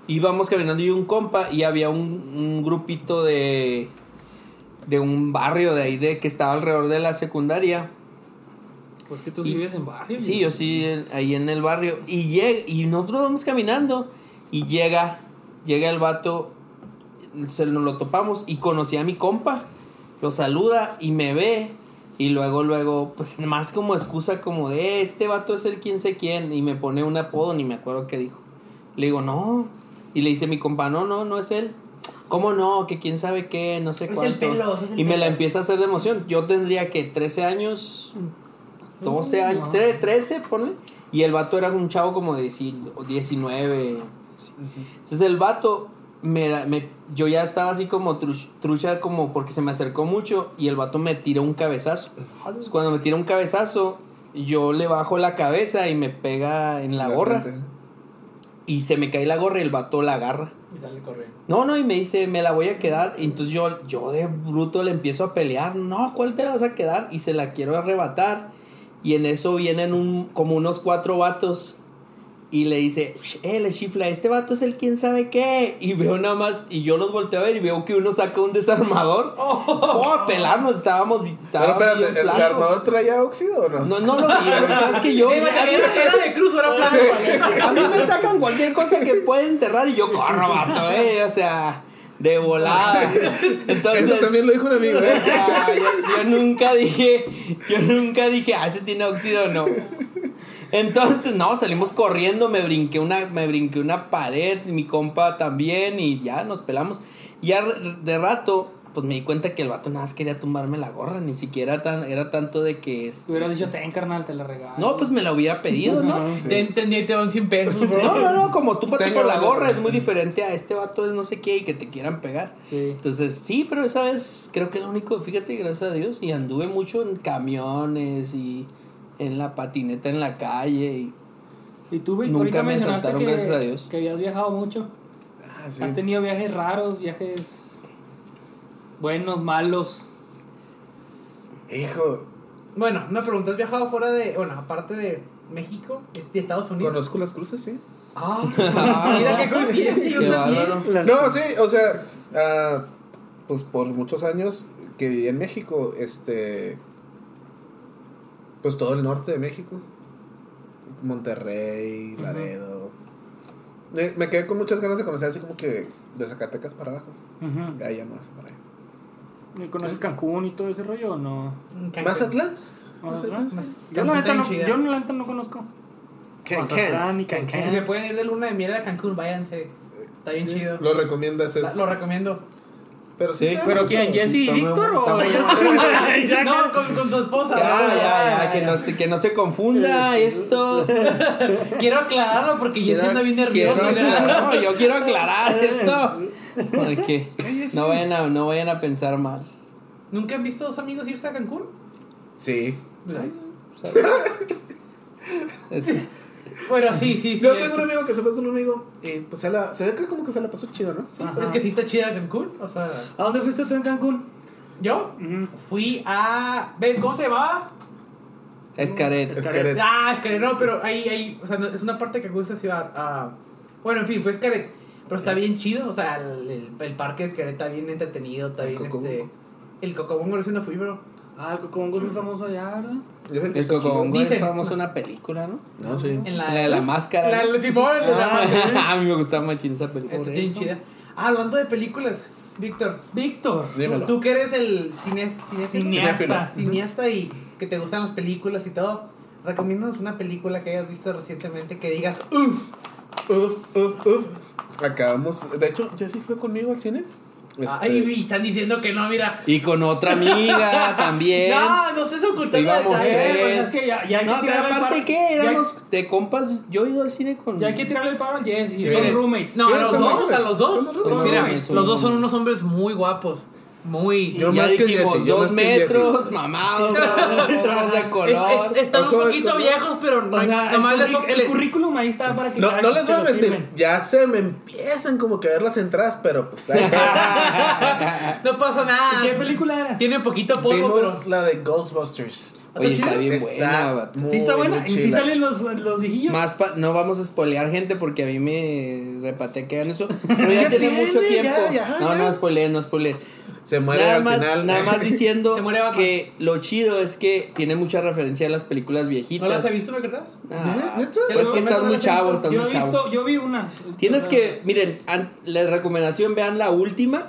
íbamos caminando y un compa y había un, un grupito de de un barrio de ahí de que estaba alrededor de la secundaria
Pues que tú
sí
vives en barrio.
Sí, yo sí, en- ahí en el barrio. Y llega, y nosotros vamos caminando. Y llega, llega el vato, se nos lo topamos. Y conocí a mi compa. Lo saluda y me ve. Y luego, luego, pues más como excusa, como de "Eh, este vato es el quien sé quién. Y me pone un apodo, ni me acuerdo qué dijo. Le digo, no. Y le dice mi compa, no, no, no es él. ¿Cómo no? Que quién sabe qué, no sé
Es el
cuánto.
pelo, es el
y me
pelo.
la empieza a hacer de emoción. Yo tendría que 13 años, 12 años, tre- 13, ponle. Y el vato era un chavo como de 10 o 19. así. Entonces el vato, me, da- me- yo ya estaba así como truch- trucha, como porque se me acercó mucho y el vato me tiró un cabezazo. Entonces, cuando me tira un cabezazo, yo le bajo la cabeza y me pega en la gorra.
frente.
Y se me cae la gorra y el vato la agarra.
Y dale corre.
No, no, y me dice, me la voy a quedar. Y entonces yo, yo de bruto le empiezo a pelear. No, ¿cuál te la vas a quedar? Y se la quiero arrebatar. Y en eso vienen un, como unos cuatro vatos. Y le dice, eh, le chifla, este vato es el quién sabe qué. Y veo nada más, y yo los volteo a ver y veo que uno saca un desarmador. Oh, a pelarnos, estábamos.
Pero
estábamos
espérate,
bien
¿el
flacos.
armador traía óxido o no?
No, no lo vi, güey, sabes que yo.
Me imagino que era de cruz, ahora plano.
A mí me sacan cualquier cosa que pueda enterrar y yo corro, vato, eh. O sea, de volada. Entonces.
Eso también lo dijo un amigo,
o
¿eh?
sea, yo, yo nunca dije, yo nunca dije, ah, ese tiene óxido, no. Entonces, no, salimos corriendo, me brinqué una, me brinqué una pared, mi compa también, y ya nos pelamos. Y ya re- de rato, pues me di cuenta que el vato nada más quería tumbarme la gorra, ni siquiera tan, era tanto de que... es-
Tú hubieras dicho, ten, carnal, te la regalo.
no, pues me la hubiera pedido, ¿no?
Te entendí, te van 100 pesos, bro.
No, no, no, como tú
Tengo
por la
valor.
gorra es muy diferente a este vato es no sé qué y que te quieran pegar.
Sí.
Entonces, sí, pero esa vez creo que lo único, fíjate, gracias a Dios, y anduve mucho en camiones y en la patineta en la calle y
Y tú, güey,
Nunca
ahorita
me
mencionaste
asaltaron,
que,
gracias a Dios.
que habías viajado mucho.
Ah, sí.
Has tenido viajes raros, viajes buenos, malos.
Hijo,
Bueno, me preguntas, ¿has viajado fuera de, bueno, aparte de México, este, Estados Unidos?
conozco las cruces, sí.
Ah, mira qué coincidencia, yo
Qué
también.
bárbaro.
No, sí, o sea, ah, pues por muchos años que viví en México, este, pues todo el norte de México, Monterrey, Laredo. Eh, Me quedé con muchas ganas de conocer así como que de Zacatecas para abajo,
Ujú.
de allá no baja para allá.
¿Y ¿Conoces Cancún y todo ese rollo o no?
Mazatlán.
¿Mazatlán?
Más-
Yo,
Cancún
la neta, no,
está bien
yo
chida.
la neta no conozco. Mazatlán y
Cancún. Cancún.
Si se pueden ir de luna de miel a Cancún, váyanse. Está bien chido.
Lo recomiendas es.
La- Lo recomiendo.
Pero sí,
Sí,
sabes,
¿Pero
o
quién?
sea,
¿Jesse y
Toma-
Víctor o
toma-
ya?
No, con, con su esposa.
Ya,
¿no?
Ah, ya, ya, que no se, que no se confunda esto.
Quiero aclararlo porque yo siendo bien nervioso.
quiero
mira.
aclarar- no, yo quiero aclarar esto. Porque no vayan a, no vayan a pensar mal.
¿Nunca han visto dos amigos irse a Cancún?
Sí.
Es-
Bueno, sí, sí, sí.
Yo tengo un amigo que se fue con un amigo y pues se, la, se ve que como que se la pasó chido, ¿no?
Es que sí está chida Cancún. O sea,
¿A dónde fuiste tú en Cancún?
yo fui a. ¿Ven cómo se llamaba?
Escaret.
Escaret.
Ah, Escaret, no, pero ahí, ahí, o sea, no- es una parte que gusta ciudad. ah, bueno, en fin, fue Escaret. Pero está bien chido, o sea, el, el- el parque de Escaret está bien entretenido, está
El
bien
Cocobongo.
este. El Cocobongo recién no fui, bro.
Ah, el Cocobongo es muy famoso allá, ¿verdad?
Ya se
El
empezó
Cocobongo
Dicen-
es famoso una película, ¿no?
chido. No, sí.
En
La, de la Ah, máscara.
La,
¿no?
la Simón, la- la-
a mí me gustaba machín esa película.
Está bien chida. Ah, hablando de películas, Víctor.
Víctor.
Dímelo.
Tú que eres el cine, cine-
Cineasta.
cineasta y que te gustan las películas y todo, recomiéndanos una película que hayas visto recientemente que digas, uff,
Uf, uf, uf. Acabamos. De hecho, Jessy fue conmigo al cine. Este,
ay, uy, están diciendo que no, mira.
Y con otra amiga también.
No, no estés ocultando
Íbamos
detalles.
tres.
pues es que ya, ya hay que
No, pero
tirarle el
aparte
paro-
que
ya-
éramos de compas. Yo he ido al cine con.
Ya, hay que tirarle el paro al Jess y
Sí.
son roommates.
No,
Sí,
a los
son
dos,
hombres,
a los
son
dos.
los dos.
Mira,
Sí, son
los dos son
hombres.
unos hombres muy guapos. Muy.
Yo
Ya
más que el
dijimos,
Jesse, yo
dos
más que el Jesse.
metros, mamados, ojos de color.
Es- es- están un
Ojo de
poquito
color.
viejos, pero
O
no,
sea, el,
nomás les
curri- el
le-
currículum ahí está para que
No,
cada
no
quien
les
se
voy a
lo
mentir.
firme.
Ya se me empiezan como que a ver las entradas, pero pues ahí va.
No pasa nada.
¿Y ¿Qué película era?
Tiene poquito polvo, pero.
Vimos la de Ghostbusters.
Oye, está bien
Está
buena, vato.
muy,
Sí está buena.
muy
Y sí
chida.
salen los, los viejillos.
Más pa- no vamos a spoilear gente porque a mí me repatea que hagan eso. Pero ya
Ya
tiene
tiene,
mucho
ya,
tiempo.
ya,
no,
ya.
no spoilees, no spoilees.
Se muere
nada
al
más,
final.
Nada más diciendo
Se muere Batman.
que lo chido es que tiene mucha referencia a las películas
¿No
viejitas.
las he visto, me crees?
Ah,
¿Neta?
pues es que estás muy chavo, estás
yo, he
muy chavo.
visto, yo vi una.
Tienes que, miren, an- la recomendación, vean la última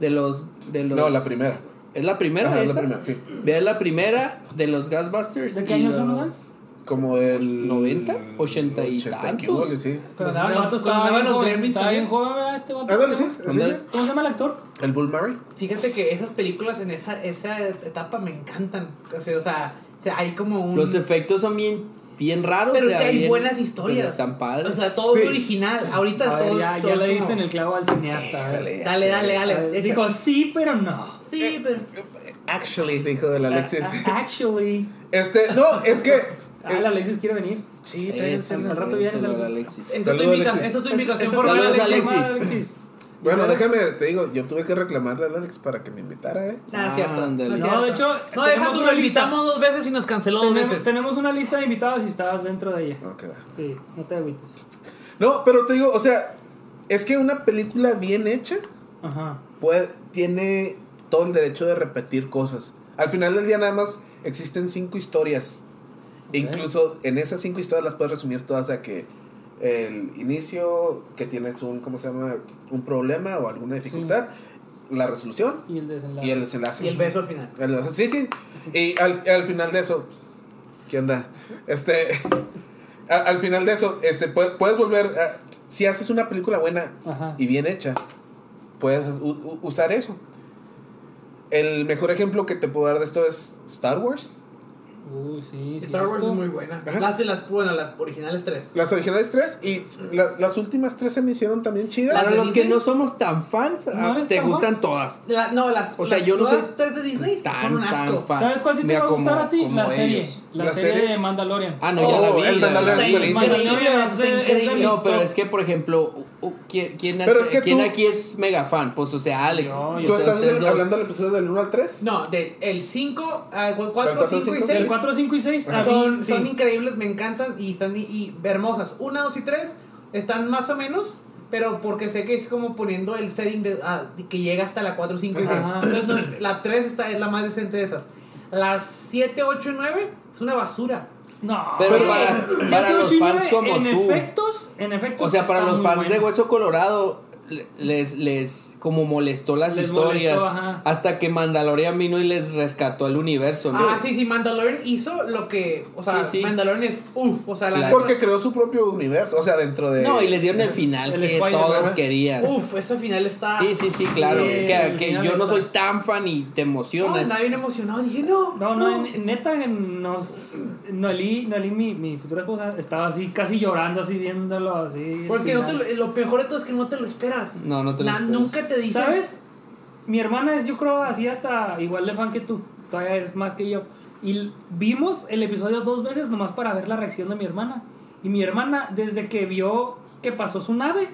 de los, de los.
No, la primera.
¿Es la primera?
Ajá, es la
esa?
primera, sí.
Vean la primera de los Ghostbusters.
¿De qué
y
año son
los-
esas?
Como del.
90, 80 y
qué
tantos.
huele, sí.
Pero
Cuando
andaba el vato, estaba
andaba
bien
en los
joven,
Gremlins,
estaba
estaba bien
bien
joven, ¿verdad? Este vato.
Ándale, Ah, sí, sí, sí.
Ándale.
¿Cómo se llama el actor?
El Bull Murray.
Fíjate que esas películas en esa, esa etapa me encantan. O sea, o sea, o sea, hay como un.
Los efectos son bien, bien raros.
pero
o
es
sea,
que hay
bien-
buenas historias.
pero están padres.
O sea, todo
Sí.
es original. Ahorita
A ver,
todos.
ya, ya
todos
le diste
como-
en el clavo al cineasta. a ver.
Híjole,
Dale, dale,
A ver,
dale.
Dijo, eh, sí, pero no.
Sí, pero.
Actually, dijo del
Ah,
Alexis.
A- a- Actually.
Este, no, es que. eh,
Ah, el Alexis quiere venir.
Sí,
eh,
Esa,
tráigansela.
al rato
güey,
viene,
se lo da
Alexis.
Alexis.
Esta es tu
Saludos,
invita-
Alexis.
esta es tu invitación
Esta
por
es
saludos,
Alexis.
la
Alexis.
llamada, Alexis.
Bueno, déjame, te digo, yo tuve que reclamarle al Alex para que me invitara, ¿eh?
Nah, Ah, es cierto.
Ándale.
No, es
No,
cierto.
de hecho,
No,
tenemos
deja tú,
una
lo
lista.
invitamos dos veces y nos canceló dos
Tenemos,
veces.
tenemos una lista de invitados y estabas dentro de ella.
No, qué va.
Sí, no te agüites.
No, pero te digo, o sea, es que una película bien hecha
Ajá.
puede, tiene todo el derecho de repetir cosas. Al final del día nada más existen cinco historias. E
Ok.
Incluso en esas cinco historias las puedes resumir todas a que el inicio, que tienes un, ¿cómo se llama? Un problema o alguna dificultad, la resolución
Y el desenlace.
y el desenlace.
Y el beso al final.
El beso, Sí, sí. Y al, al final de eso, ¿qué onda? Este, a- al final de eso, este, pue- puedes, volver, a- si haces una película buena
Ajá.
y bien hecha, puedes u- u- usar eso. El mejor ejemplo que te puedo dar de esto es Star Wars.
Uh, sí,
Star Wars es
cierto.
muy buena.
Ajá.
Las, las, bueno, las originales tres.
Las originales tres y la- las últimas tres se me hicieron también chidas.
Para
de
los que
Disney?
no somos tan fans, ah,
eres
te
tan
gustan todas.
La- no, las,
O sea,
las
yo no
nuevas
soy
tres de Disney son
Tan,
un
tan
asco.
fan.
¿Sabes cuál sí te
Mira,
va a gustar
como-
a ti?
como
La serie.
ellos.
La,
¿La
serie
serie?
de Mandalorian.
Ah, no, ya la
Oh,
vi.
el
ya la
Mandalorian
vi.
es buenísimo.
Mandalorian
Es
es de- es de
increíble.
mi
No, pero
top.
es que, por ejemplo, u- u- ¿quién, quién,
Pero
hace-
es que
quién
tú-
aquí es mega fan? Pues, o sea, Alex.
Yo, yo.
¿Tú
O sea,
estás
ustedes dos.
hablando del episodio del 1 al 3?
No, del el ah, 5,
¿Del
4,
cuatro
5 y
cinco?
6.
El 4, 5 y 6
son, son increíbles, me encantan y están y, y hermosas. Una, dos y tres están más o menos, pero porque sé que es como poniendo el setting de, ah, de que llega hasta la 4, 5 y 6.
Ajá.
Entonces, no es- la 3 está, es la más decente de esas. Las 7, 8 y 9 es una basura.
No.
Pero
Oye,
para-
siete,
para
ocho
los
y
fans
nueve,
como
en
tú.
Efectos, en efectos.
O sea, para
está
los
muy
fans de
buena.
Hueso Colorado, le- les, les como molestó las
Les
historias.
molestó, ajá.
hasta que Mandalorian vino y les rescató al universo. ¿no?
Ah, sí, sí, Mandalorian hizo lo que. O sea,
Pues Sí, sí.
Mandalorian es uff. O sea, la.
Claro.
Porque creó su propio universo, o sea, dentro de...
No, y les dieron el final
El
que
Spider-Man. ah,
todos querían.
Uff, ese final está.
Sí, sí, sí, claro.
Sí,
que
el
que
final
yo no
está-
soy tan fan y te
No,
emocionas.
andaba bien emocionado. Dije, no.
No, no, en- neta, que nos, Noelí, Noelí mi, mi futura esposa, estaba así, casi llorando, así viéndolo, así. el
Porque no te
final.
lo, lo mejor de todo es que no te lo esperas.
No, no te lo
Na-
esperas.
Nunca te dicen.
¿Sabes? Mi hermana es, yo creo, así hasta igual de fan que tú. Todavía es más que yo. Y l- vimos el episodio dos veces nomás para ver la reacción de mi hermana. Y mi hermana, desde que vio que pasó su nave,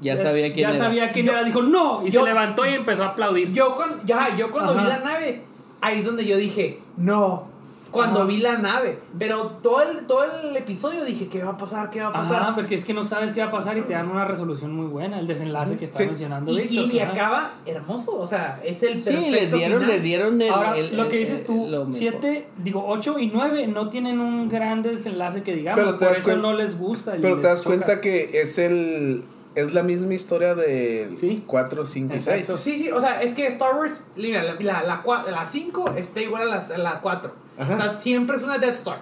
Ya sabía
ya
quién era.
sabía quién era. Dijo, no. Y
yo-
se levantó y empezó a aplaudir.
Yo cuando, ya, yo cuando
Ajá.
vi la nave, ahí es donde yo dije, no. Cuando
Ajá.
vi la nave. Pero todo el, todo el episodio dije, ¿qué va a pasar? ¿Qué va a pasar?
Ajá, porque es que no sabes qué va a pasar y te dan una resolución muy buena. El desenlace que está
Sí.
mencionando
y,
Víctor.
y
ajá.
acaba hermoso. O sea, es el
Sí,
perfecto
les dieron,
final.
les dieron el,
Ahora,
el-
lo que
el-
dices
el- lo
tú,
mejor.
7, digo, 8 y 9 no tienen un gran desenlace que digamos.
Pero te
por
das
eso
cuen-
no les gusta. y
Pero
les
te das
choca.
cuenta que es el es la misma historia del
Sí.
4, 5 y 6.
Exacto. Sí, sí, o sea, es que Star Wars, mira, la 5 la, cua- la cinco está igual a las- a la 4.
Ajá.
O sea, siempre es una Death Star.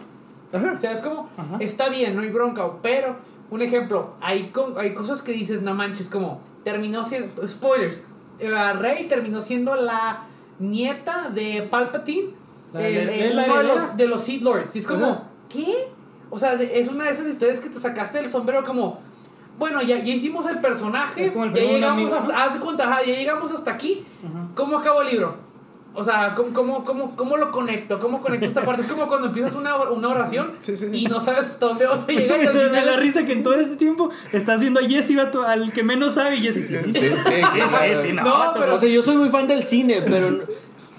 Ajá.
O sea, es como,
Ajá.
está bien, no hay bronca, pero, un ejemplo, hay, con- hay cosas que dices, no manches, como, terminó siendo, spoilers, la Rey terminó siendo la nieta de Palpatine,
La de-
el-
de
el-
la
uno de
heredera.
los, de los Sith Lords. Y es como,
Ajá.
¿qué? O sea, de- es una de esas historias que te sacaste del sombrero como... Bueno, ya, ya hicimos el personaje,
Es como el
ya
primo de un
llegamos
amigo,
hasta,
¿no?
haz de cuenta, ajá, ya llegamos hasta aquí. ¿Cómo acabo el libro? O sea, ¿cómo, cómo, cómo, cómo lo conecto? ¿Cómo conecto esta parte? Es como cuando empiezas una, or- una oración
Sí, sí, sí.
y no sabes hasta dónde vas a
Me
llegar. y al
da
final-
la risa que en todo este tiempo estás viendo a Jesse, vato, al que menos sabe, y Jesse.
Sí,
Sí, "Ah,
sí, claro.
sí,
No,
vato,
pero-
O sea, yo soy muy fan del cine, pero n-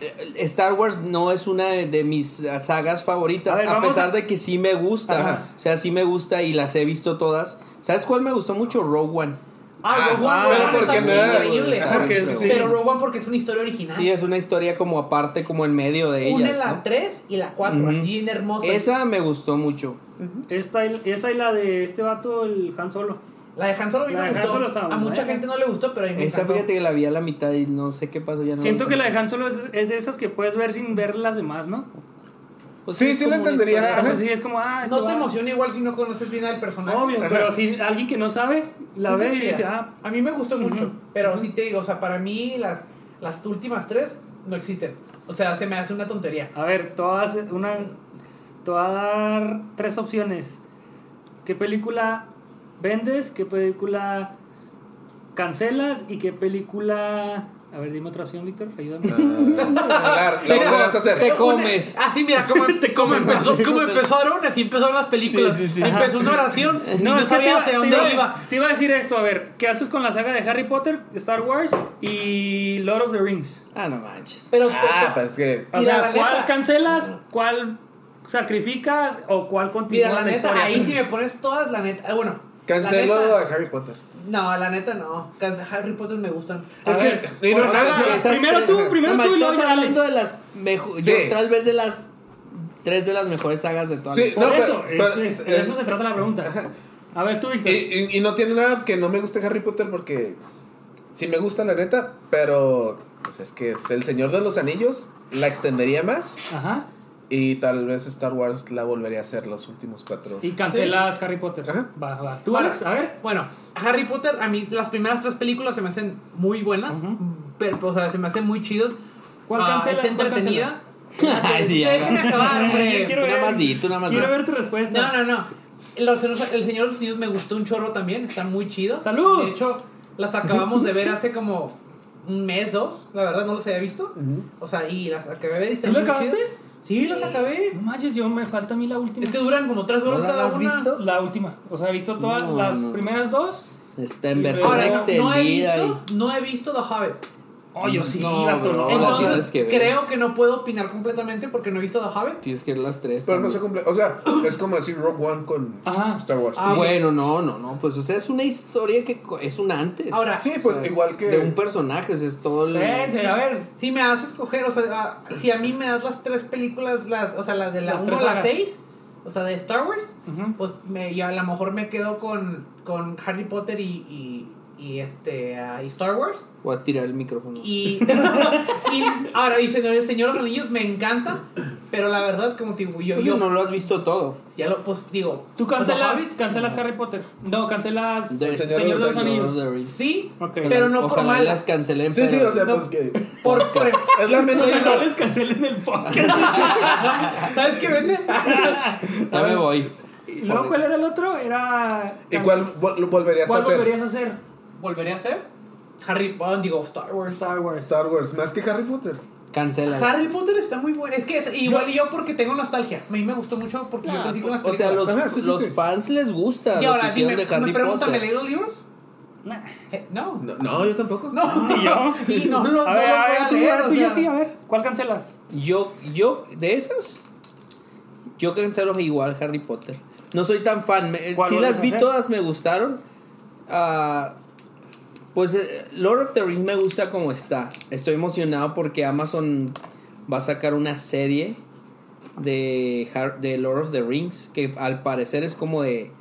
eh, Star Wars no es una de, de mis eh, sagas favoritas,
A ver,
a,
vamos
pesar
a-
de que sí me gusta.
Ajá.
O sea, sí me gusta y las he visto todas. ¿Sabes cuál me gustó mucho? Rogue One.
Ah, Rogue One,
Ah,
Rogue
pero
One
porque
está
no era-
increíble.
Ajá,
porque
pero
es-
pero Rogue One porque es una historia original.
Sí, es una historia como aparte, como en medio de
Une
ellas.
la
¿no?
3 y la 4,
Ujú.
así bien hermosa.
Eh,
Esa me gustó mucho.
Esta, y- esa y la de este vato, el Han Solo.
La de Han Solo a mí
La
me
de Han
gustó.
Solo estaba
a mucha
buena.
gente no le gustó, pero a mí me
Esa
encantó.
fíjate que la vi a la mitad y no sé qué pasó ya no
Siento que la
alcancé.
de Han Solo es, es de esas que puedes ver sin ver las demás, ¿no?
Pues
Sí,
es
sí lo
como una
entendería.
historia.
Ajá.
Pues sí, es como, ah, esto
No te
va.
emociona igual si no conoces bien al personaje.
Obvio,
Ajá.
pero si alguien que no sabe la
Sí
ve
está
y
chida.
dice, ah,
A mí me gustó mucho,
Ujú.
pero sí te digo, o sea, para mí las, las últimas tres no existen. O sea, se me hace una tontería.
a ver, todas una te voy a dar tres opciones. ¿Qué película vendes? ¿Qué película cancelas? ¿Y qué película A ver, dime otra opción, Víctor, ayúdame.
Ah, la, la
Pero-
volverás a hacer.
Te comes.
Ah, sí, mira cómo, cómo empezó, cómo empezó Aaron, así empezaron las películas.
Sí, sí, sí.
Empezó una oración y no
es que te
sabía
iba-
hacia
te
dónde iba.
Te iba a decir esto, a ver, ¿qué haces con la saga de Harry Potter, Star Wars y Lord of the Rings?
Ah, no manches.
Pero
Ah, pues es que.
O
Mira,
sea,
la
¿cuál
neta-
cancelas? ¿Cuál sacrificas? ¿O cuál
mira,
continúa
la,
la,
neta,
historia?
ahí sí me pones todas, la neta. eh, Bueno, la
Canceló
neta-
a Harry Potter.
no, la neta no. Can- Harry Potter me gustan.
A
Es
ver,
que- y no,
ahora,
nada,
ahora,
Esas
primero
tres-
tú, primero
No,
tú y
man,
luego
estás
ya Alex.
hablando de las mejores.
Sí.
tal vez de las. Tres de las mejores sagas de todas.
Sí,
Por
No, pero-
eso,
pero-
es- es- de eso se trata la pregunta. A ver, tú,
Y,
Víctor.
y- y no tiene nada que no me guste Harry Potter porque sí me gusta la neta, pero pues es que es el Señor de los Anillos la extendería más
Ajá.
y tal vez Star Wars la volvería a hacer los últimos cuatro.
Y cancelas Harry Potter.
Ajá.
Va, va. Tú, Alex, a ver.
Bueno, Harry Potter, a mí las primeras tres películas se me hacen muy buenas,
Ujú.
pero, o sea, se me hacen muy chidos.
¿Cuál
Ah,
cancela-
Está
cuál
entretenida.
Ay, sí, ya.
Déjenme acabar,
Yo
hombre.
quiero
Tú nada
ver-
más di, tú nada más
Quiero
di.
ver tu respuesta.
No, no, no. Los- el Señor de los Anillos me gustó un chorro también, está muy chido.
¡Salud!
De hecho, las acabamos de ver hace como un mes, dos. La verdad, no los había visto. O sea, y las acabé de ver. y están
¿Sí lo
muy
acabaste?
chidas. Sí, las acabé.
No manches, yo me falta a mí la última.
Es que duran como tres horas
¿No las
cada
has
una.
visto?
La última. O sea, he visto todas
No,
las
no.
primeras dos.
Está en
Y
versión
Ahora, no,
extendida.
no he
y-
visto, no he visto The Hobbit.
Oh, yo sí,
No,
vato,
bro.
no.
Ahora Entonces-
Entonces,
tienes que ver.
creo que no puedo opinar completamente porque no he visto The Hobbit.
Tienes que ver las tres.
Pero no
también.
se cumple. O sea, es como decir Rogue One con
Ajá.
Star Wars.
Ah,
Bueno, no, no, no. Pues, o sea, es una historia que co- es un antes.
Ahora,
sí, pues igual que.
De un personaje, o sea, es todo el.
Espérense, a ver.
Si me das a escoger, o sea, ah, si a mí me das las tres películas, las, o sea, las de la
Las
1
tres
a la
sagas.
6, o sea, de Star Wars,
Ujú.
pues me, yo a lo mejor me quedo con, con Harry Potter y, y, y, este, ah, y Star Wars.
Voy a tirar el micrófono.
Y, y ahora, y Señor, Señor de los Anillos me encanta, pero la verdad, como te digo, yo,
Pues,
yo
no lo has visto todo.
ya lo, pues digo,
Tú
pues, The
cancelas,
Hobbit,
cancelas Harry Potter. No, cancelas
De-
Señor de Pues los Anillos.
Sí,
Ok.
pero no por
Ojalá
mal.
las cancelen.
Sí, sí,
pero-
o sea,
No.
pues que.
Por, por,
Es la menos.
No les cancelen el podcast.
¿Sabes qué vende?
Ya me voy.
¿Y luego cuál era el otro? Era.
¿Y cuál vol- lo volverías a
¿Cuál
hacer?
volverías a hacer?
¿Volveré a hacer? Harry Potter, digo, Star Wars.
Star Wars.
Star Wars, más que Harry Potter.
Cancela.
Harry Potter está muy bueno. Es que es- igual yo, porque tengo nostalgia. A mí me gustó mucho porque yo crecí con las
pues, O sea, los,
Ajá, sí, sí,
los
sí.
fans les gusta.
Y
lo que
ahora, si
hicieron
me,
de Harry
me preguntan, ¿me
Potter.
leí los libros?
Nah.
Eh, no.
No, no, yo tampoco.
No.
¿Y yo?
Y no los,
a
no
ver,
los
a
voy
ver,
a
tú,
leer.
a ver,
o
tú, yo
sea.
sí, a ver. ¿Cuál cancelas?
Yo, yo, de esas, yo cancelo igual Harry Potter. No soy tan fan. me-
¿Cuál
sí
vuelves
las
a
vi
hacer?
todas, me gustaron. Ah, pues eh, Lord of the Rings me gusta como está. Estoy emocionado porque Amazon va a sacar una serie de, Har- de Lord of the Rings que al parecer es como de,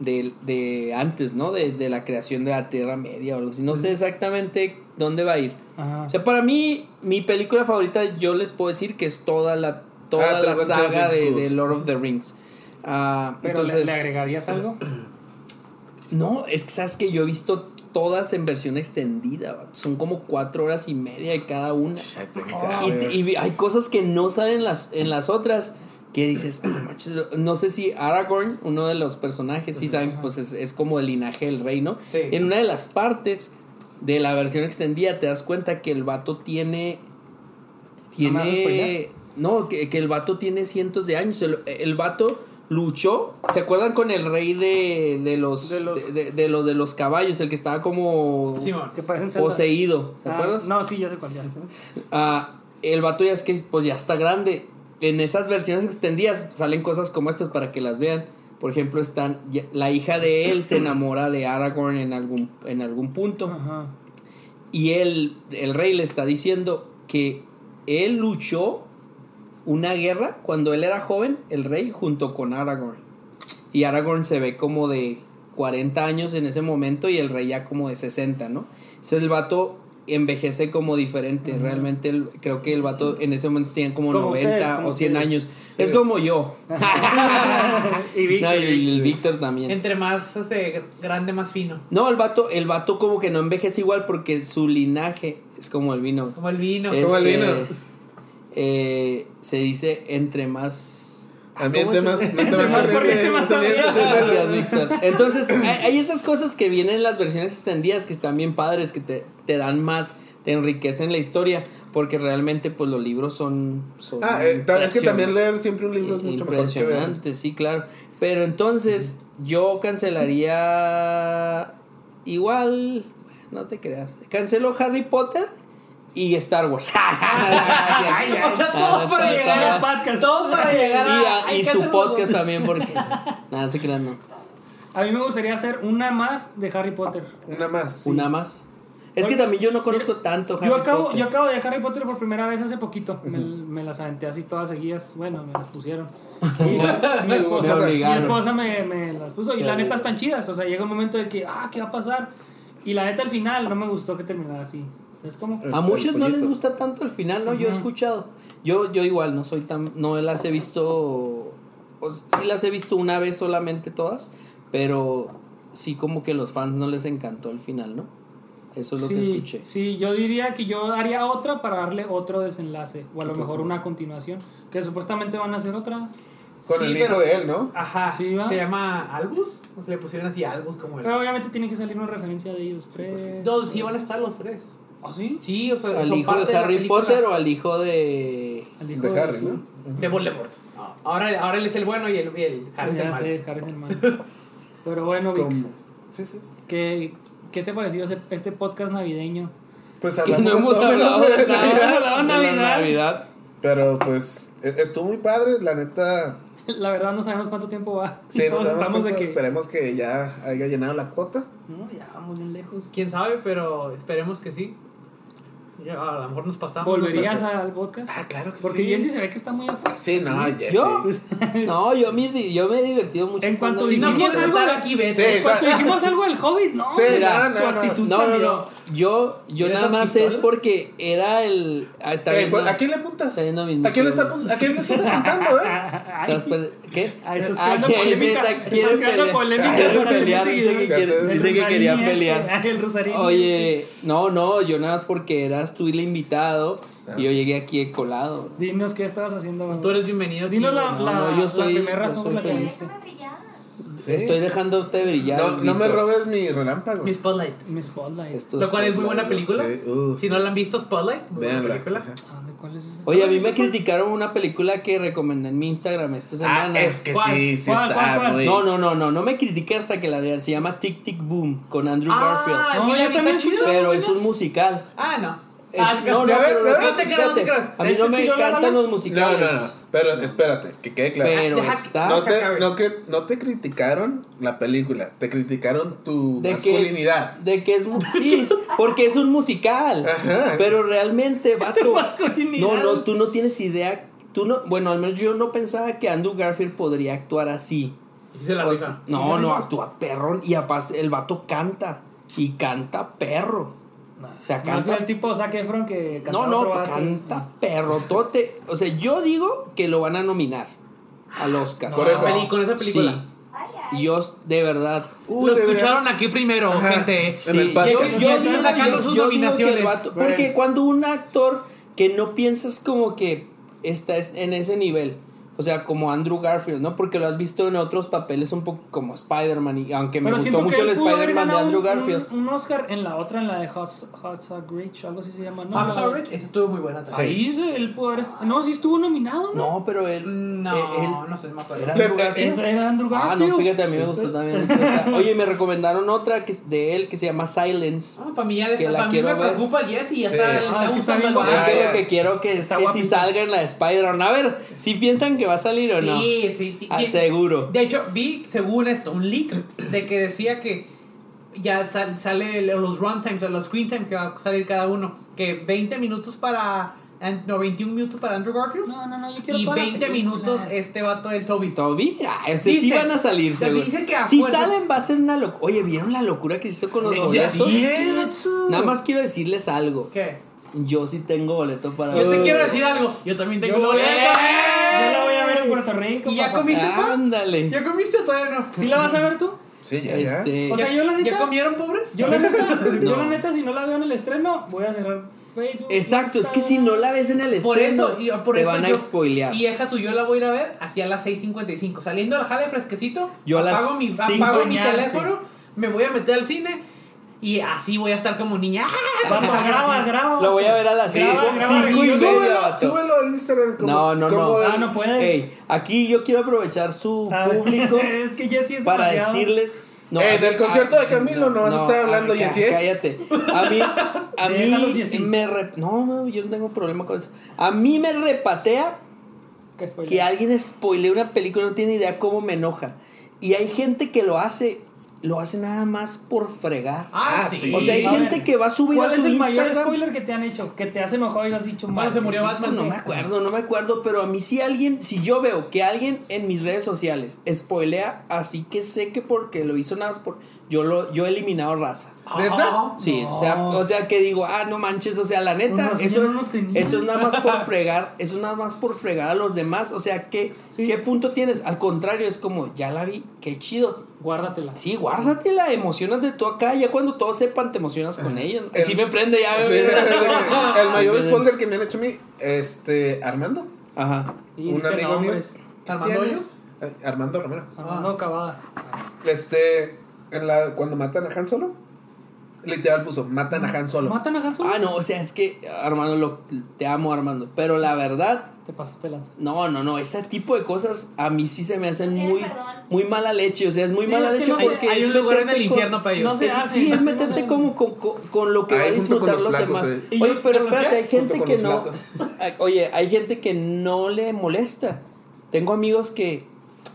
de, de antes, ¿no? De, de la creación de la Tierra Media o algo así. No sé exactamente dónde va a ir.
Ajá.
O sea, para mí, mi película favorita, yo les puedo decir que es toda la, toda
Ah,
la
Tres
saga
Banderas
de,
Blancas.
de Lord of the Rings. Ah,
Pero le-
entonces,
le, agregarías algo?
no, es que sabes que yo he visto todas en versión extendida. vato. Son como cuatro horas y media de cada una.
Ay, tengo que
Ah, Y,
ver.
y vi- hay cosas que no salen en las, en las otras que dices, "Ah, manches", no sé si Aragorn, uno de los personajes, sí saben, pues es, es como el linaje del rey, ¿no?
Sí.
En una de las partes de la versión extendida te das cuenta que el vato tiene...
¿No me vas a spoilear?
Tiene... No, que, que el vato tiene cientos de años. El, el vato luchó. ¿Se acuerdan con el rey de, de los...
De
De,
los-
de- de lo- de los caballos? El que estaba como...
Simón.
Que parecen celdas.
poseído. ¿Te
Ah,
acuerdas?
No, sí, ya sé cuál. ya.
Ah, el vato ya es que pues ya está grande. En esas versiones extendidas salen cosas como estas para que las vean. Por ejemplo, están ya- la hija de él se enamora de Aragorn en algún, en algún punto.
Ajá.
Y él, el rey le está diciendo que él luchó una guerra cuando él era joven, el rey, junto con Aragorn. Y Aragorn se ve como de 40 años en ese momento y el rey ya como de 60, ¿no? Entonces el vato envejece como diferente. Realmente el- creo que el vato en ese momento tiene como,
Como
90
ustedes, como
o 100
ustedes.
años. Es como yo.
y Víctor.
No, y el, Víctor también.
Entre más este, grande, más fino.
No, el vato, el vato como que no envejece igual porque su linaje es como el vino.
Como el vino.
Este,
Como el vino.
eh, se dice entre más. Ah, ¿cómo
Ambiente
es
más,
eso?
ambiente más
Más corriente,
corriente,
más
más ambiente,
ambiente.
más
Gracias,
ambiente.
Víctor. Entonces, hay, hay esas cosas que vienen en las versiones extendidas que están bien padres, que te, te dan más, te enriquecen la historia, porque realmente pues los libros son... son
Ah, eh, ta- es que
impresion-
también leer siempre un libro es mucho mejor que ver.
Impresionante, sí, claro. Pero entonces, yo cancelaría... Igual, no te creas. Canceló Harry Potter y Star Wars.
Ah, o sea, todo
Ah,
para
está-
llegar
está-
a Todo para llegar
Y,
a.
a-
Ay,
y
¿qué
su
hacemos?
podcast también, porque... Nada, se crean, no.
A mí me gustaría hacer una más de Harry Potter.
Una más.
Una más. Es que
Oye,
también yo no conozco tanto Harry
Yo acabo,
Potter.
yo acabo de Harry Potter por primera vez hace poquito. Me, me las aventé así todas seguidas. Bueno, me las pusieron. Y mi,
Me
esposa, mi
obligaron.
esposa me, me las puso. Y la neta están chidas. O sea, llega un momento de que, ah, ¿qué va a pasar? Y la neta al final no me gustó que terminara así. Es como.
A muchos no les
pollito.
gusta tanto el final, ¿no? Yo he escuchado. Yo, yo igual no soy tan. No las he visto. o s- sí las he visto una vez solamente todas. Pero sí, como que los fans no les encantó el final, ¿no? Eso es lo que
Sí,
escuché.
sí, yo diría que yo haría otra para darle otro desenlace. O a lo mejor una continuación. Que supuestamente van a hacer otra.
Con
Sí,
el hijo
pero-
de él, ¿no?
Ajá.
Sí, ¿va?
se llama Albus. O se le pusieron así Albus como el.
Pero obviamente tiene que salir una referencia de ellos
pues
tres.
No, sí van a estar los tres.
¿Ah, sí?
Sí, o sea,
¿Al
son
hijo
parte
de
la
Harry
película
Potter o al hijo de.?
Al hijo
De Harry,
su-
¿no?
De Voldemort. Ahora, ahora él es el bueno y el, y el Harry es el
Ya
malo.
sé, Harry es el malo. Pero bueno, Vic,
Como- Sí, sí.
¿qué, qué te pareció ese- este podcast navideño?
Pues
Que
hablamos
no
de
hemos
todo menos
hablado de nada.
Hemos hablado de
de la
Navidad.
Navidad.
Pero pues e- estuvo muy padre, la neta.
La verdad no sabemos cuánto tiempo va.
Sí, nos
Todos
damos
estamos
cuenta,
de que...
esperemos que ya haya llenado la cuota.
No, ya vamos bien lejos.
Quién sabe, pero esperemos que sí. Ya, a lo mejor nos pasamos.
¿Volverías
nos
al podcast?
Ah, claro que
Porque
sí.
Jesse se ve que está muy afuera.
Sí, no, Jesse.
¿Yo? No, yo me, yo me he divertido mucho.
En cuanto
cuando-
hace- Si no
dijimos
quieres
algo
estar
de-
aquí, vete.
Sí,
En cuanto
exacto.
dijimos algo del Hobbit, ¿no?
Sí,
Mira,
no,
su
no, no.
actitud
No, no,
cambió.
no. Yo, yo
¿Tienes
nada
esas
más es
pistolas?
porque era el. ah, está
Eh,
bien,
¿cuál-
no.
¿A quién le apuntas?
Está viendo mis
¿A quién le está
músculos.
apu- a quién le estás apuntando, eh?
Ay,
Estás per- ¿Qué?
Ah, estás
Ah,
creando
que
polémica.
neta,
Estás
quiere
creando
pelear.
polémica
Quiere
con mis
pelear, dice que,
seguidores.
quiere-
El
dice que quería
Rosarín
pelear.
este, El Rosarín.
Oye, no, no, yo nada más porque eras tú el invitado y yo llegué aquí he colado.
Dinos qué estabas haciendo.
Tú eres bienvenido. aquí.
Dinos la,
No,
la,
no, yo soy-
la primera
yo
razón
soy
por la que
feliz.
viniste.
Déjame brillar.
Sí.
Estoy dejándote brillar.
No, no me
Víctor.
robes mi relámpago.
Mi Spotlight.
Mi spotlight.
Este-
Esto
Lo cual es muy buena
colado.
película.
Sí, uh,
Si no la han visto, Spotlight. Muy buena
Veanla.
película.
Ajá.
Ah, ¿de ¿Cuál es ese?
Oye, a mí me criticaron una película que recomendé en mi Instagram esta
Ah,
semana.
es que
¿Cuál?
sí, sí
¿Cuál,
está
cuál, cuál?
muy.
No, no, no, no, no me critiqué hasta que la de se llama Tic Tic Boom con Andrew
Ah,
Garfield.
No,
sí,
yo
la vi,
también
está chida,
Pero
buena.
es un musical.
Ah, no.
Es-
Ah,
no, no,
¿Ya ves?
pero
¿Ya
lo
ves?
que-
No te creo, no te
espérate,
creo.
A mí
¿Ese
no me
estilo La La
encantan
Land?
los
No,
musicales.
no, no. Pero espérate, que quede claro.
Pero ah,
Deja-
está.
No
que
te,
acabe.
no, que, no te criticaron la película, te criticaron tu
de que
masculinidad.
es, de que es mu- sí, es- porque es un musical
Ajá.
pero realmente vato,
masculinidad.
no no tú no tienes idea tú no bueno al menos yo no pensaba que Andrew Garfield podría actuar así
Y sí se la
O sea,
rifa.
Pues, no no actúa perrón y aparte el vato canta y canta perro o sea,
No
canta
es el tipo Zac Efron que cantaba
no, no,
otro vato.
canta perrotote. O sea, yo digo que lo van a nominar al Oscar.
No, Por eso.
peli- con esa película.
Ay,
Sí.
ay.
Y Yo, de verdad.
Uh,
lo
de verdad.
escucharon aquí primero,
Ajá.
gente.
En el patio.
yo, yo
Están
digo-
sacando
yo-
sus
yo digo que el
nominaciones.
vato-
Bueno.
porque cuando un actor que no piensas como que está es- en ese nivel, o sea, como Andrew Garfield, ¿no? Porque lo has visto en otros papeles un poco como Spider-Man, y aunque me
Pero
gustó
siento que
mucho el
él pudo haber
Spider-Man de
ganado
Andrew
un-
Garfield.
Un, un Oscar en la otra, en la de Hot Rich, algo así se llama. ¿no?
Fox
La-
Rich. Esa estuvo muy buena también.
Ahí él pudo haber. est- No, sí estuvo nominado. No.
No, pero él. eh, él-
No, no sé, no me acuerdo.
era
Le-
Andrew Garfield.
Ese era Andrew
Ah,
Garfield.
no, fíjate, a mí me
Sí.
gustó también. mucho esa. Oye, me recomendaron otra que, es de él que se llama Silence.
Ah, para mí ya
Que la
para mí
quiero
me
ver.
preocupa el Jesse. Ya
Sí.
está,
Ah,
le está
es que está
gustando el
bien
vato.
es
Ah,
que
ya.
lo que quiero que
Está
que si
guapito.
salga en la de Spider-Man. A ver, si piensan que va a salir o no.
Sí, sí. ti-
Ah,
ti-
seguro.
De hecho, vi, según esto, un leak de que decía que ya sal- sale el- los runtimes o los screen time que va a salir cada uno. Que 20 minutos para and- no, 21 minutos para Andrew Garfield.
No, no, no, yo quiero
y
toda la
20
película.
minutos este vato del Toby.
Toby, ah, ese sí
Dicen-
van a salir,
o sea,
seguro.
dicen que a
Si
fuerzas-
salen va a ser una locura. Oye, ¿vieron la locura que se hizo con los
Ya
boletos?
cierto.
Nada más quiero decirles algo.
¿Qué?
Yo sí tengo boleto para
Yo te quiero decir algo. Yo también tengo
Yo,
boleto.
yo la voy a ver en Puerto Rico.
¿Y ya
papá.
comiste pan?
Ándale.
¿Ya comiste o todavía no?
¿Sí la vas a ver tú?
Sí, ya, ya.
Este,
O sea, yo la neta-
¿Ya comieron pobres?
Yo la neta, yo la
No.
neta, si no la veo en el estreno, voy a cerrar Facebook.
Exacto, es que si no la ves en el
Por
estreno,
eso, y- por
te
eso
van a
yo,
spoilear.
Y deja tú, yo la voy a ir a ver hacia las 6.55. Saliendo al jale fresquecito,
Yo a las
apago, mi,
cinco.
apago mi
Mañana,
teléfono, me voy a meter al cine y así voy a estar como niña. ¡Ah!
Vamos, graba, graba.
Lo voy a ver a las
Sí, graba, graba,
cinco y
graba.
media.
Súbelo,
vato.
súbelo al Instagram. Como,
No, no,
como
no.
el-
Ah, no puedes.
Ey, aquí yo quiero aprovechar su
A ver,
público
es que ya sí es
para
demasiado.
decirles.
Eh, del concierto de Camilo no vas a estar
ah,
hablando,
ca-
Yessi, ¿eh?
Cállate. A mí, a
Déjalos,
mí
Yessi.
me re- no, no, yo no tengo problema con eso. A mí me repatea
Que spoiler.
que alguien spoile una película, no tiene idea cómo me enoja. Y hay gente que lo hace, lo hace nada más por fregar.
Ah,
Ah, sí.
o sea, hay
a ver,
gente que va a subir a
¿Cuál
su
es el mayor
Instagram. Ah, pues,
spoiler que te han hecho? Que te has enojado y lo has dicho
Cuando
mal.
se murió Batman.
No me acuerdo, no me acuerdo, pero a mí si alguien, si yo veo que alguien en mis redes sociales spoilea, así que sé que porque lo hizo nada más por yo lo yo he eliminado raza.
¿Neta?
Sí,
No.
o sea, o sea que digo, ah, no manches, o sea, la neta,
No, no,
eso,
yo
es,
no los tenía.
eso es nada más por fregar, eso es nada más por fregar a los demás, o sea, ¿qué,
Sí.
¿qué punto tienes? Al contrario, es como, ya la vi, qué chido.
Guárdatela.
Sí, guárdatela, emocionate tú acá, ya cuando todos sepan, te emocionas con ellos.
El-
Sí me prende ya, bebé.
El mayor spoiler que me han hecho a mí, este, Armando.
Ajá.
Y
un
diste
amigo mío.
nombres.
¿Armando
tiene-
Hoyos?
Eh, Armando Romero.
Ah.
No, cavada.
Este, en la, cuando matan a Han Solo, literal puso, matan a Han Solo.
¿Matan a Han Solo?
Ah, no, o sea, es que Armando, lo, te amo Armando, pero la verdad,
Te pasaste lanza.
no, no, no, ese tipo de cosas a mí sí se me hacen
Piden
muy,
perdón.
muy mala leche, o sea, es muy
Sí,
mala
es que
leche
no se-
porque
Hay
es
un lugar en
meterte
el
con-
infierno para
no
ellos.
se
es-
hace,
sí, es
no
meterte
se-
como con, con- con lo que va a
Ahí junto con
disfrutar los,
los flacos,
demás.
eh.
¿Y
Oye,
yo-
pero
¿pero
espérate,
qué?
hay gente
Junto con
que
los
no.
flacos.
Ay, Oye, hay gente que no le molesta. Tengo amigos que.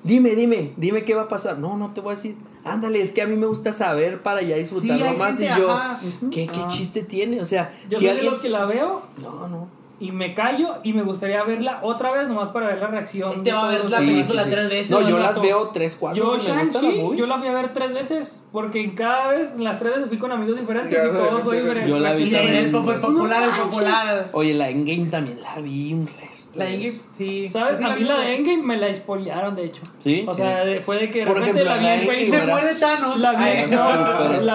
Dime, dime, dime qué va a pasar. No, no te voy a decir. Ándale, es que a mí me gusta saber para ya disfrutarlo
hay
más.
gente,
y yo,
ajá.
¿qué, qué
Ah.
chiste tiene? O sea,
Yo soy
si
de
alguien-
los que la veo
No, no.
y me callo y me gustaría verla otra vez nomás para ver la reacción.
Este
de
va a ver
todos.
la
Sí,
película
sí, sí.
tres veces.
No, yo
¿no?
las veo tres, cuatro.
Yo,
si me gusta la
Shang-Chi,
movie.
yo la fui a ver tres veces porque cada vez, las tres veces fui con amigos diferentes
Ya
y
sabes,
todo fue
yo
diferente.
la vi
Y de ahí el
también.
popular, el popular, el popular.
Oye, la Endgame también la vi un resto.
La
de
Ingrid,
veces.
sí.
¿Sabes?
Sí,
A mí la de
vimos.
Endgame me la espolearon, de hecho.
¿Sí? Eh,
O sea, de- fue de que de
Por
repente
ejemplo,
la vi
la
en
de
Facebook.
Se
Ingrid.
muere Thanos.
La
Ah,
vi,
eso
no,
sí,
la
pero
vi,
es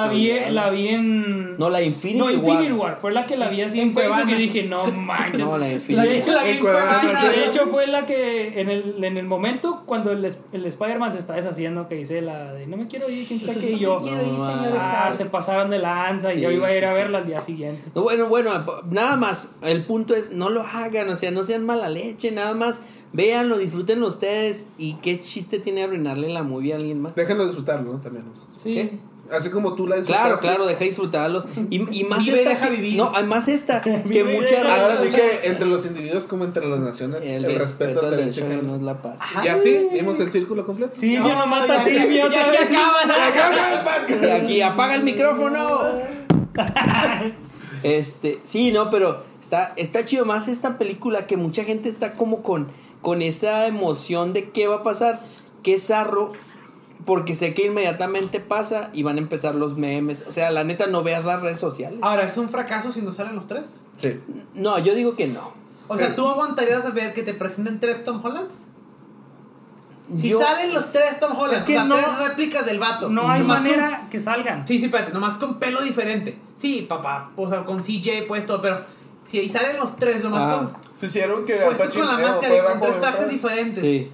la vi en...
No, la Infinity
no, Infinity
War.
War. Fue la que la vi así
En
en Facebook
Cuevana.
y dije, no manches.
No, la de Infinity
La vi-
War.
la vi
En
en
Cuevana,
Cuevana.
De hecho, fue la que en el, en el momento cuando el, el Spider-Man se está deshaciendo, que dice la de no me quiero ir, quién sabe qué, y yo.
quiero ir, señor
Ah,
Stark".
se pasaron de lanza
Sí,
y yo iba a ir
sí,
a
sí.
verla al día siguiente.
No, Bueno, bueno, nada más. El punto es, no lo hagan, o sea, no sean mala leche, nada más. Véanlo, disfrútenlo ustedes. ¿Y qué chiste tiene arruinarle la movie a alguien más?
Déjenlo disfrutarlo, ¿no? También.
Sí.
¿Qué?
Así como tú la
Claro,
disfrutaste.
claro, deja disfrutarlos. Y, y más
Vive y
esta.
deja
que-
vivir.
No, además esta, que
Vive y deja
mucha.
Ahora sí que entre los individuos como entre las naciones, el, respeto al derecho
no
ajeno.
es la paz.
Y así vimos el círculo completo.
Silvio no, mata a
ya, ya,
Silvio otra
ya, ya
vez.
acaba, ¿no?
¡Acaba el
Sí,
podcast!
aquí, apaga el micrófono. Este, sí, no, pero está, está chido más esta película que mucha gente está como con, con esa emoción de qué va a pasar, qué zarro, porque sé que inmediatamente pasa y van a empezar los memes. O sea, la neta, no veas las redes sociales.
Ahora, ¿es un fracaso si no salen los tres?
Sí.
No, yo digo que no.
O sea, ¿tú aguantarías a ver que te presenten tres Tom Hollands? Si
Yo-
salen los tres Tom Hollands,
Es que
o sea,
no-
tres réplicas del vato.
No hay
nomás con-
manera que salgan.
Sí, sí, espérate, nomás con pelo diferente. Sí, papá, o sea, con CJ puesto, pero si ahí salen los tres, nomás
Ah.
con.
Se hicieron que
Puestos con la máscara y con tres trajes
diferentes.
diferentes.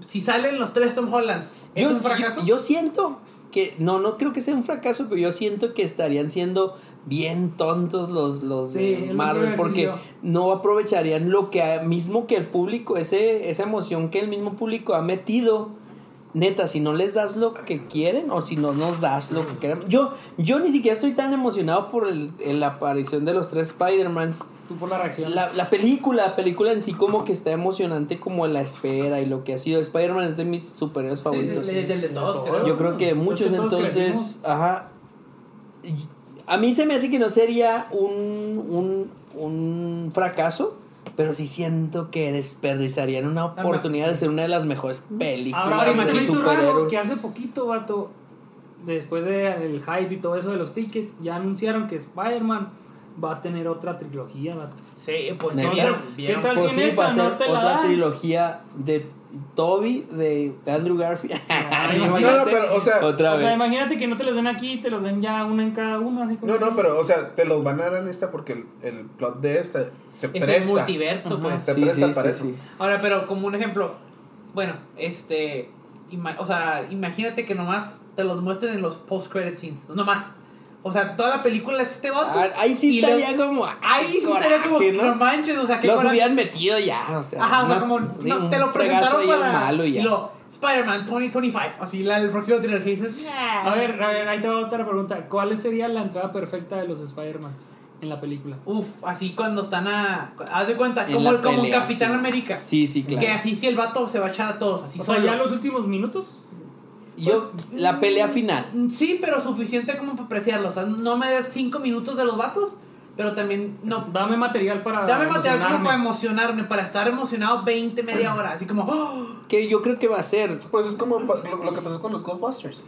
Sí.
Si salen los tres Tom Hollands, ¿es
Yo,
un fracaso?
yo- yo siento que, no, no creo que sea un fracaso, pero yo siento que estarían siendo bien tontos los, los
Sí, es lo
de
que iba a
Marvel,
decir
porque
yo.
no aprovecharían lo que a- mismo que el público, ese, esa emoción que el mismo público ha metido. Neta, si no les das lo que quieren o si no nos das lo que queremos. Yo, yo ni siquiera estoy tan emocionado por el- el- la aparición de los tres Spider-Mans.
Tú por la reacción.
La, la película, la película en sí como que está emocionante como la espera y lo que ha sido. Spider-Man es de mis superhéroes
Sí,
favoritos.
sí, sí, del de todos, creo.
Yo creo que
Pues
muchos
que todos
entonces,
crecimos.
ajá. Y A mí se me hace que no sería un, un, un fracaso, Pero sí siento que desperdiciarían una oportunidad de ser una de las mejores películas
Ahora, a mí se me
de
hizo raro
superhéroes.
que hace poquito, vato, después del hype y todo eso de los tickets, ya anunciaron que Spider-Man va a tener otra trilogía, vato.
Sí, pues
Me
Entonces,
vieron,
¿qué tal
Pues
si
sí,
en esta
va a ser
no te la
otra
dan?
trilogía de Toby, de Andrew Garfield.
Ay,
No,
imagínate.
no, pero, o sea,
otra
o sea,
vez.
imagínate que no te los den aquí, te los den ya uno en cada uno. Así como
no,
así.
no, pero, o sea, te los van a dar en esta porque el, el plot de esta se
es el
presta.
multiverso,
Ajá.
pues.
Se presta para eso.
Ahora, pero como un ejemplo, bueno, este, ima- o sea, imagínate que nomás te los muestren en los post-credit scenes, nomás. O sea, toda la película es este vato.
Ah, ahí sí
y luego-
estaría como.
Ahí sí estaría como,
coraje,
que
¿no?
no manches, o sea, que
Los hubieran metido ya, o sea.
Ajá, o sea,
una-
como, no,
un
te lo
fregazo
presentaron
ahí
para...
malo y ya.
lo, Spider-Man 2025, así, la, el próximo trailer que dices, "Nah".
A ver, a ver, ahí te va otra pregunta. ¿Cuál sería la entrada perfecta de los Spider-Mans en la película?
Uf, así cuando están a... Haz de cuenta,
En
como,
la
como
pelea,
Capitán
sí.
América.
Sí, sí, claro.
Que así si el vato se va a echar a todos, así
O sea,
solo.
ya los últimos minutos.
Yo,
Pues,
la pelea
mm,
final.
Sí, pero suficiente como para apreciarlo. O sea, no me des cinco minutos de los vatos, pero también no.
Dame material para.
Dame material como
emocionarme.
para emocionarme, para estar emocionado 20, media hora. Así como, ¡oh!
Que yo creo que va a ser.
Pues es como pa- lo, lo que pasó con los Ghostbusters.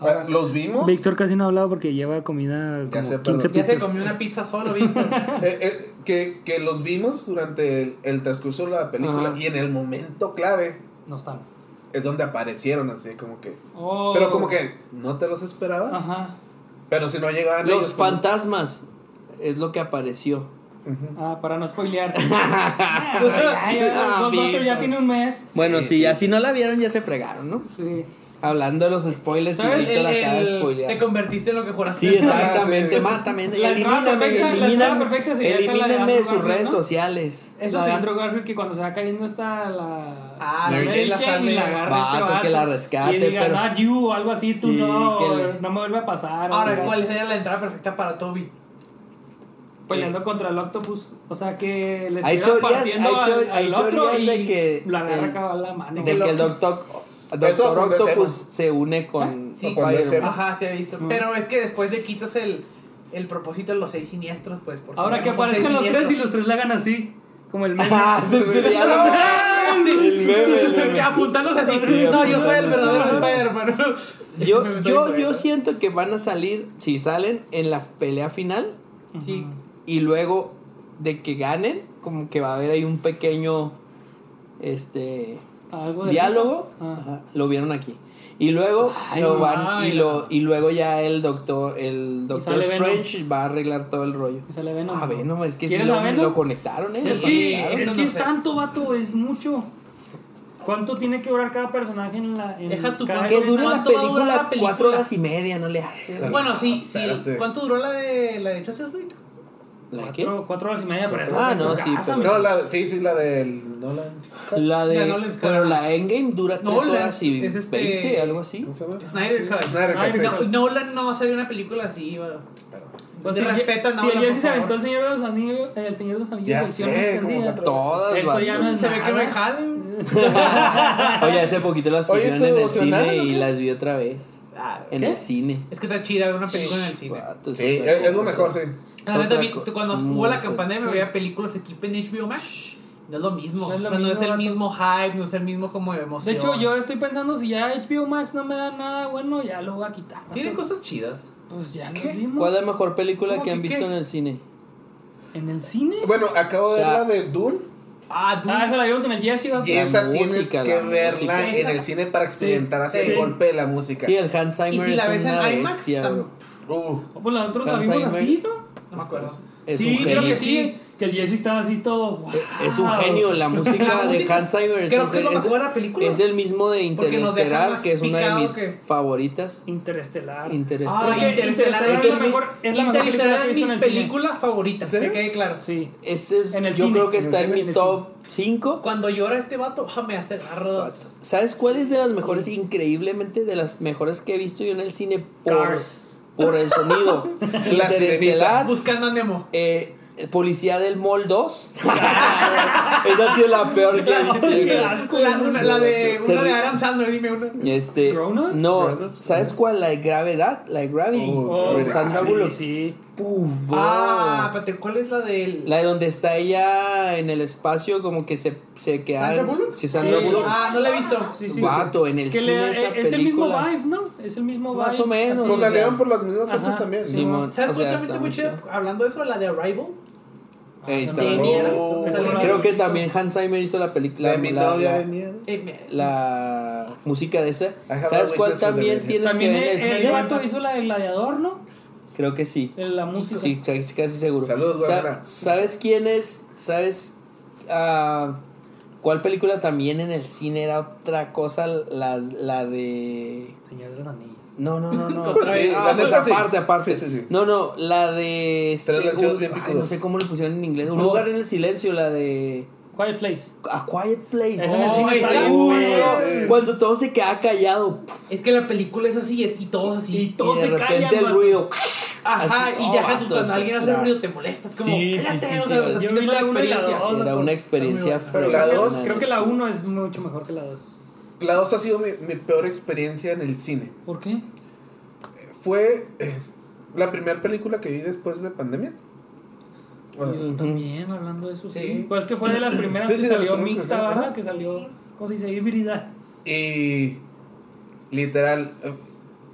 Ahora-
los vimos.
Víctor casi no ha hablado porque lleva comida como
Ya
15
sé, perdón.
ya se
pizzas.
comió una pizza solo, Víctor.
Eh, eh, que, que los vimos durante el, el transcurso de la película
Ajá.
y en el momento clave
No están.
es donde aparecieron así como que
Oh.
pero como que no te los esperabas
Ajá.
pero si no llegaban
Los
ellos, pues-
fantasmas es lo que apareció.
Ujú.
Ah, para no spoilear.
Ah,
Los
Víctor.
vatos ya tiene un mes.
Bueno,
Sí,
si
sí.
así no la vieron, ya se fregaron, ¿no?
Sí.
Hablando de los spoilers, y
¿Sabes?
Víctor
El-
acaba de
el- te
spoilear.
convertiste en lo que juraste.
Sí, exactamente.
Ah, sí.
Más también.
La entrada
Elimíname,
perfecta- la entrada perfecta sería esa, la
elimíname,
de
elimíname de
Andrew
sus
Garfield,
redes
¿no?
sociales.
Eso
Eso
la de
sí.
Andrew Garfield que cuando se va cayendo está la.
Ah,
la
Mary
Mary
Jane,
Jane y la agarra
Vato,
este vato.
que la rescate,
Y diga,
pero-
not you o algo así, tú
Sí,
no.
que le-
No me vuelve a pasar. o
Ahora,
sea,
¿cuál sería la entrada perfecta para Toby?
Peleando contra el octopus. O sea que le
Hay
estuviera
teorías-
partiendo
hay
al,
teorías-
al
hay
otro y
teorías de que
la agarra
el-
acá la mano.
De
güey.
que el Doctor,
Eso
Doctor
cuando es
Octopus
Emma.
se une con
Ah, Sí,
cuando es
Spider-Man.
Emma.
Ajá, se ha visto.
Ujú.
Pero es que después de quitas el, el propósito de los seis siniestros, pues. porque
Ahora que
no son seis
aparezcan los tres y
siniestros.
los tres la ganan así. Como el meme.
Ah, se sería lo- el meme, el meme.
apuntándose así.
Sí,
no, yo soy el
apuntándose.
verdadero Spider-Man.
Yo,
Ese me está
yo,
bien
yo
bueno.
siento que van a salir, si salen en la pelea final
Sí.
y luego de que ganen, como que va a haber ahí un pequeño este
Algo de
diálogo.
eso. Ah.
Ajá, lo vieron aquí. Y luego
Ay,
lo
no,
van
ay,
y lo y luego ya el doctor el doctor
sale Venom.
Strange va a arreglar todo el rollo.
Y sale Venom.
Ah, Venom, es que sí
¿Quieres la
lo,
Venom?
lo conectaron, eh.
Sí, es
lo
que,
conectaron.
es,
no
que es
sé.
tanto, vato, es mucho. ¿Cuánto tiene que durar cada personaje en la. En
Deja tu
cada
pa-
que
escena?
dure la
¿Cuánto va a durar
película,
la película?
cuatro horas y media, no le hace. güey.
Bueno, sí, sí.
Espérate.
¿Cuánto duró la de la de Justice League?
¿La qué?
Cuatro, cuatro horas y media, pero eso
Ah,
es en
no,
tu
sí,
casa,
pero-
güey.
no la sí sí la del no la
La de.
Ya no les
pero
cabe.
la Endgame dura
No,
3
la-
horas y
es este-
20, algo así.
¿cómo se llama?
Snyder Cut.
Snyder Cut,
Snyder
sí.
Cut. Nolan no sería una película así. va. Pues
O
Te
sea,
respeta,
si
Nolan,
ayer
por
sí se aventó
favor.
el Señor de los Anillos, el Señor de los Anillos.
ya
versión
sé como
extendida.
cuatro veces.
Todas,
Esto
vato.
ya no es
Se ve que no hay
nada.
jale.
Oye, hace poquito las
Oye,
pusieron
¿te
en el
emocionaron
cine
o
y
qué?
las vi otra vez.
Ah,
En
¿Qué?
el cine.
Es que está chida ver una película en el cine.
Vato,
sí es,
otra
es lo
cosa.
mejor sí
Es
La neta,
otra
mi-
cosa,
cuando
es
estuvo
muy
la
fuerte.
campaña me veía películas aquí en HBO Max. No es lo mismo.
No
o
es lo
sea, no es
mismo,
el
vato.
mismo hype, no es el mismo como
De
emoción.
hecho, yo estoy pensando, si ya HBO Max no me da nada bueno, ya lo voy a quitar. vato.
Tiene cosas chidas.
Pues ya nos vimos.
¿Cuál es la mejor película
¿Cómo
que han
que
visto
qué?
en el cine?
¿En el cine?
bueno acabo de
O sea,
ver la de Dune
Ah, tú.
Ah, esa la vimos con el Jesse, vato.
y esa tienes
música,
que
la
verla
música.
en el cine para experimentar así
sí.
el golpe de la música
Sí, el Hans Zimmer
¿Y si la
es
ves en
una
IMAX?
bestia,
Tam-
bro.
Uh,
Pues la nosotros la
Hans
vimos
Zimmer.
así, ¿no?
No me acuerdo.
Es
sí,
un
creo
genio.
que sí. Que el Jesse estaba así todo. "Wow".
Es un genio. La música de
música
Hans Zimmer es,
creo
un
que es lo
genio.
mejor de la película.
Es el mismo de
Porque nos deja
Interestelar,
más
que es una de
picado
mis
que-
favoritas.
Interestelar.
Interestelar.
Ah,
Porque
Interestelar
Interestelar
es,
es la
mi-
mejor- es la mejor
Interestelar
película que
es
hizo en
mi
el
película favorita, que quede ¿eh? claro.
Sí.
Ese es,
En el
yo
cine.
creo que
En el
está en
cine, en
mi
el
top 5.
Cuando llora este vato, ah, me hace agarro.
¿Sabes cuál es de las mejores, increíblemente de las mejores que he visto yo en el cine? Por,
Cars.
por el sonido. Interestelar,
Buscando a Nemo.
eh, Policía del Mall 2. Esa ha sido la peor que he visto.
Qué
güey.
asco,
la, una, la de,
Se
una de
ríe.
Adam Sandler, dime una.
Este,
¿Grown Up?
no, ¿sabes cuál? La de gravedad, la de Gravity,
Oh,
con
Gravity.
Sandra
sí,
Bullock.
sí.
Puff, bro.
Ah, espérate, ¿cuál es la del.
La de donde está ella en el espacio, como que se, se queda.
¿Sandra Bullock?
Sí, Sandra
Sí.
Bullock.
Ah, no la he visto.
Sí, sí.
Vato, en el
Que
cine
le- e,
esa
es el mismo
película.
vibe, ¿no? Es el mismo vibe.
Más o menos.
Pues
Sí,
salieron
ya.
por las mismas fotos
Ajá,
también.
sí.
Simón,
¿Sabes
o sea,
cuál también
está
está muy
muy
chida? Hablando de eso, la de Arrival.
Ahí está.
De mierda.
Oh.
Esa no la he
Creo que
visto.
también Hans Zimmer hizo la película.
La de mi
la-
novia
la-
de miedo.
Eh, me-
la música de esa.
have
¿Sabes
a
cuál
witness for the
también
virgin.
tienes
También
que ver
el,
en el
el
cine?
vato hizo la de Gladiador, ¿no?
Creo que sí.
La música.
Sí, casi, casi seguro.
Saludos, Guadalajara.
¿Sabes quién es? ¿Sabes ah, cuál película también en el cine era otra cosa? La, la de...
Señor de los Anillos.
No, no, no, no.
Otra vez.
Ah,
La neta,
pues,
sí.
aparte, aparte.
Sí, sí, sí.
No, no, la de... este
Tres lancheros bien
ay,
picudos.
no sé cómo le pusieron en inglés. Un
No.
lugar en el silencio, la de...
Quiet Place.
A Quiet Place.
Esa en el cine
Ay,
está
está
bien
bien,
perra.
güey. Cuando todo se queda callado.
Es que la película es así es- y todos
Y
así.
todos
y de
se
repente
callan.
el
vato.
ruido.
Ajá,
así,
y
oh,
ya
vato,
cuando alguien hace
era-
ruido te molestas, como.
Sí, sí,
"Cállate",
sí,
o
sí,
sea,
güey.
se
Yo
siente
vi
una
la uno y la
experiencia.
dos.
Era una experiencia
Pero
Pero
la
fregona,
creo,
dos,
neta.
creo que la 1 es mucho mejor que la 2.
La 2 ha sido mi, mi peor experiencia en el cine.
¿Por qué?
Fue eh, la primera película que vi después de pandemia. Bueno,
Yo también, hablando de eso, sí.
Sí.
Pues que fue de las primeras
Sí,
que
sí, de las
salió
primeras que
mixta,
salieron,
¿verdad?
ajá.
Que salió, ¿cómo se dice? Híbrida.
Y literal, eh,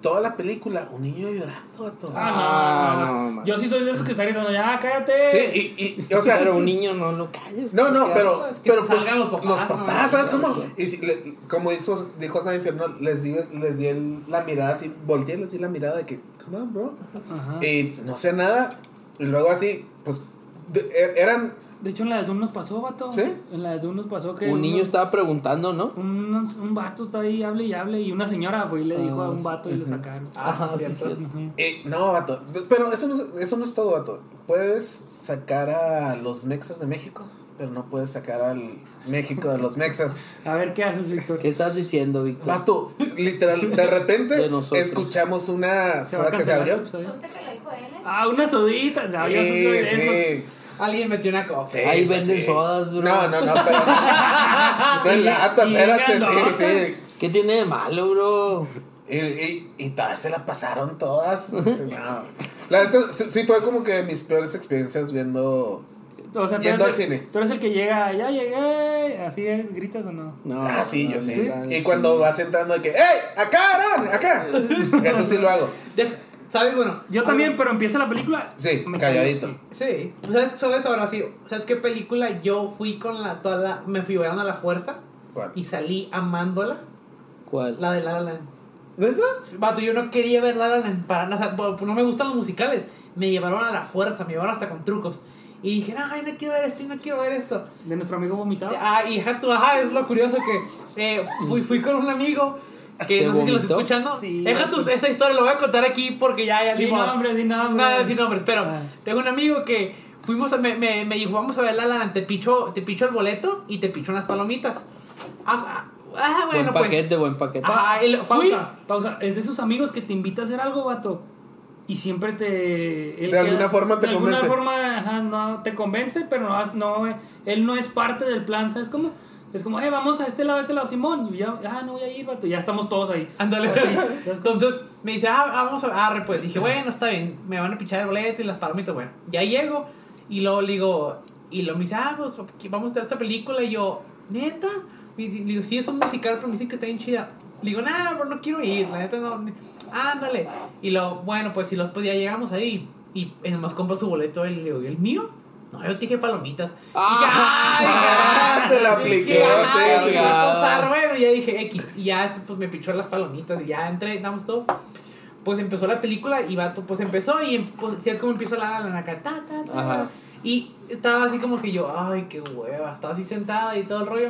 toda la película, un niño llorando a todo.
Ah,
Ah, no, no,
no,
no.
man.
Yo sí soy de esos que están gritando, ya, cállate.
Sí, y, y- o sea,
pero un niño no lo calles.
no,
pues,
no,
¿qué
pero,
haces?
pero pues,
salgan los papás,
los
¿no?
papás, ¿sabes
Claro,
cómo?
claro.
Y si- le- como hizo, dijo San Infierno, les di, les di el- la mirada así, volteé y les di la mirada de que, come on, bro.
Ajá.
Y no sé nada. Y luego así, pues, de- er- eran
De hecho, en la de Doom nos pasó, vato.
¿Sí?
En la de Doom nos pasó que.
Un niño
unos-
estaba preguntando, ¿no?
Un, un vato está ahí, hable y hable. Y una señora fue y le dijo
Ah,
a un
sí,
vato y le sacaron.
Ah, sí,
sí,
cierto.
sí.
Ujú.
Eh, no, vato. Pero eso no, es- eso no es todo, vato. Puedes sacar a los mexas de México, pero no puedes sacar al México de los mexas.
A ver qué haces, Víctor.
¿Qué estás diciendo, Víctor?
Vato, literal, de repente
De nosotros.
escuchamos una
Se va
soda
a
que se
cancelar
abrió.
tu episodio.
Ponte que lo dijo él, ¿eh?
Ah, una sodita. Se abrió
Sí,
eso es lo-
sí,
Alguien metió una coca.
sí,
Ahí
pues,
venden
sí.
sodas, bro.
No, no, no, pero no. No en lata,
y
espérate,
grandotas.
sí, sí.
¿Qué tiene de malo, bro?
Y, y, y todas se la pasaron todas. Sí, no. La neta, sí, sí fue como que de mis peores experiencias viendo.
O sea, tú
Yendo
eres,
al
el,
cine.
tú eres el que llega, ya llegué. Así eres, gritas o no.
No.
Ah, sí, yo sí.
no,
Y
sí.
cuando vas entrando de que, ¡Ey! ¡Acá, Aaron! ¡Acá! Eso sí lo hago.
Deja- ¿Sabes? Bueno.
Yo también, pero empieza la película.
Sí,
me callo,
calladito.
sí.
Sí. ¿Sabes? ¿Sabes ahora sí? ¿Sabes qué película? Yo fui con la. Toda la me figuraron a la fuerza
Bueno.
y salí amándola.
¿Cuál?
La de La La Land.
¿Neta?
Vato, yo no quería ver La La Land para nada, o sea, por- por- no me gustan los musicales. Me llevaron a la fuerza, me llevaron hasta con trucos. Y dije, ay, no quiero ver esto, y no quiero ver esto.
De nuestro amigo vomitado.
Ah, y deja tú, ajá, es lo curioso que eh, fui, fui con un amigo que
¿Se
no sé si lo está
vomitó?
escuchando.
Sí.
Deja tú, esta historia lo voy a contar aquí porque ya, ya, ni
Di
modo.
nombre, di
No
nombre.
voy a decir nombres, pero
Ah.
tengo un amigo que fuimos a, me, me, me dijo, vamos a ver La La Land, te pichó, te pichó el boleto y te pichó unas palomitas. Ah, ah, ah, bueno,
buen
pues.
paquete, buen paquete.
Ajá, y lo- fui.
Pausa, pausa. Es de esos amigos que te invita a hacer algo, vato. Y siempre te. él
De alguna forma te
de alguna
convence.
forma, ajá, no, te convence, pero no, has- no, eh, él no es parte del plan, ¿sabes cómo? Es como, eh, vamos a este lado, a este lado, Simón. Y ya, ah, no voy a ir, vato. Ya estamos todos ahí.
Ándale.
ya está.
Entonces me dice, ah, ah, vamos a. Arre, pues dije, bueno, está bien, me van a pichar el boleto y las palomitas, bueno. Ya llego y luego le digo, y luego me dice, ah, pues aquí vamos a ver esta película. Y yo, neta, me dice- le digo, sí, es un musical, pero me dice que está bien chida. Le digo, nah, bro, no quiero ir, la neta no. ni- Ándale. Y luego, bueno, pues si los pues ya llegamos ahí. Y el más compra su boleto, y le digo, ¿y el mío? No, yo te dije palomitas. Y dije, "Ay,
Ah, te la
y
aplicó.
dije, "Pues, "Ay,
Sí,
qué
sí.
cosa". bueno, ya dije X. Y ya pues me pichó las palomitas y ya entré, damos todo. Pues empezó la película y vato, pues empezó y pues, si es como empieza la la la acá, ta, ta, ta,
Ajá.
Y estaba así como que yo, ay, qué hueva, estaba así sentada y todo el rollo.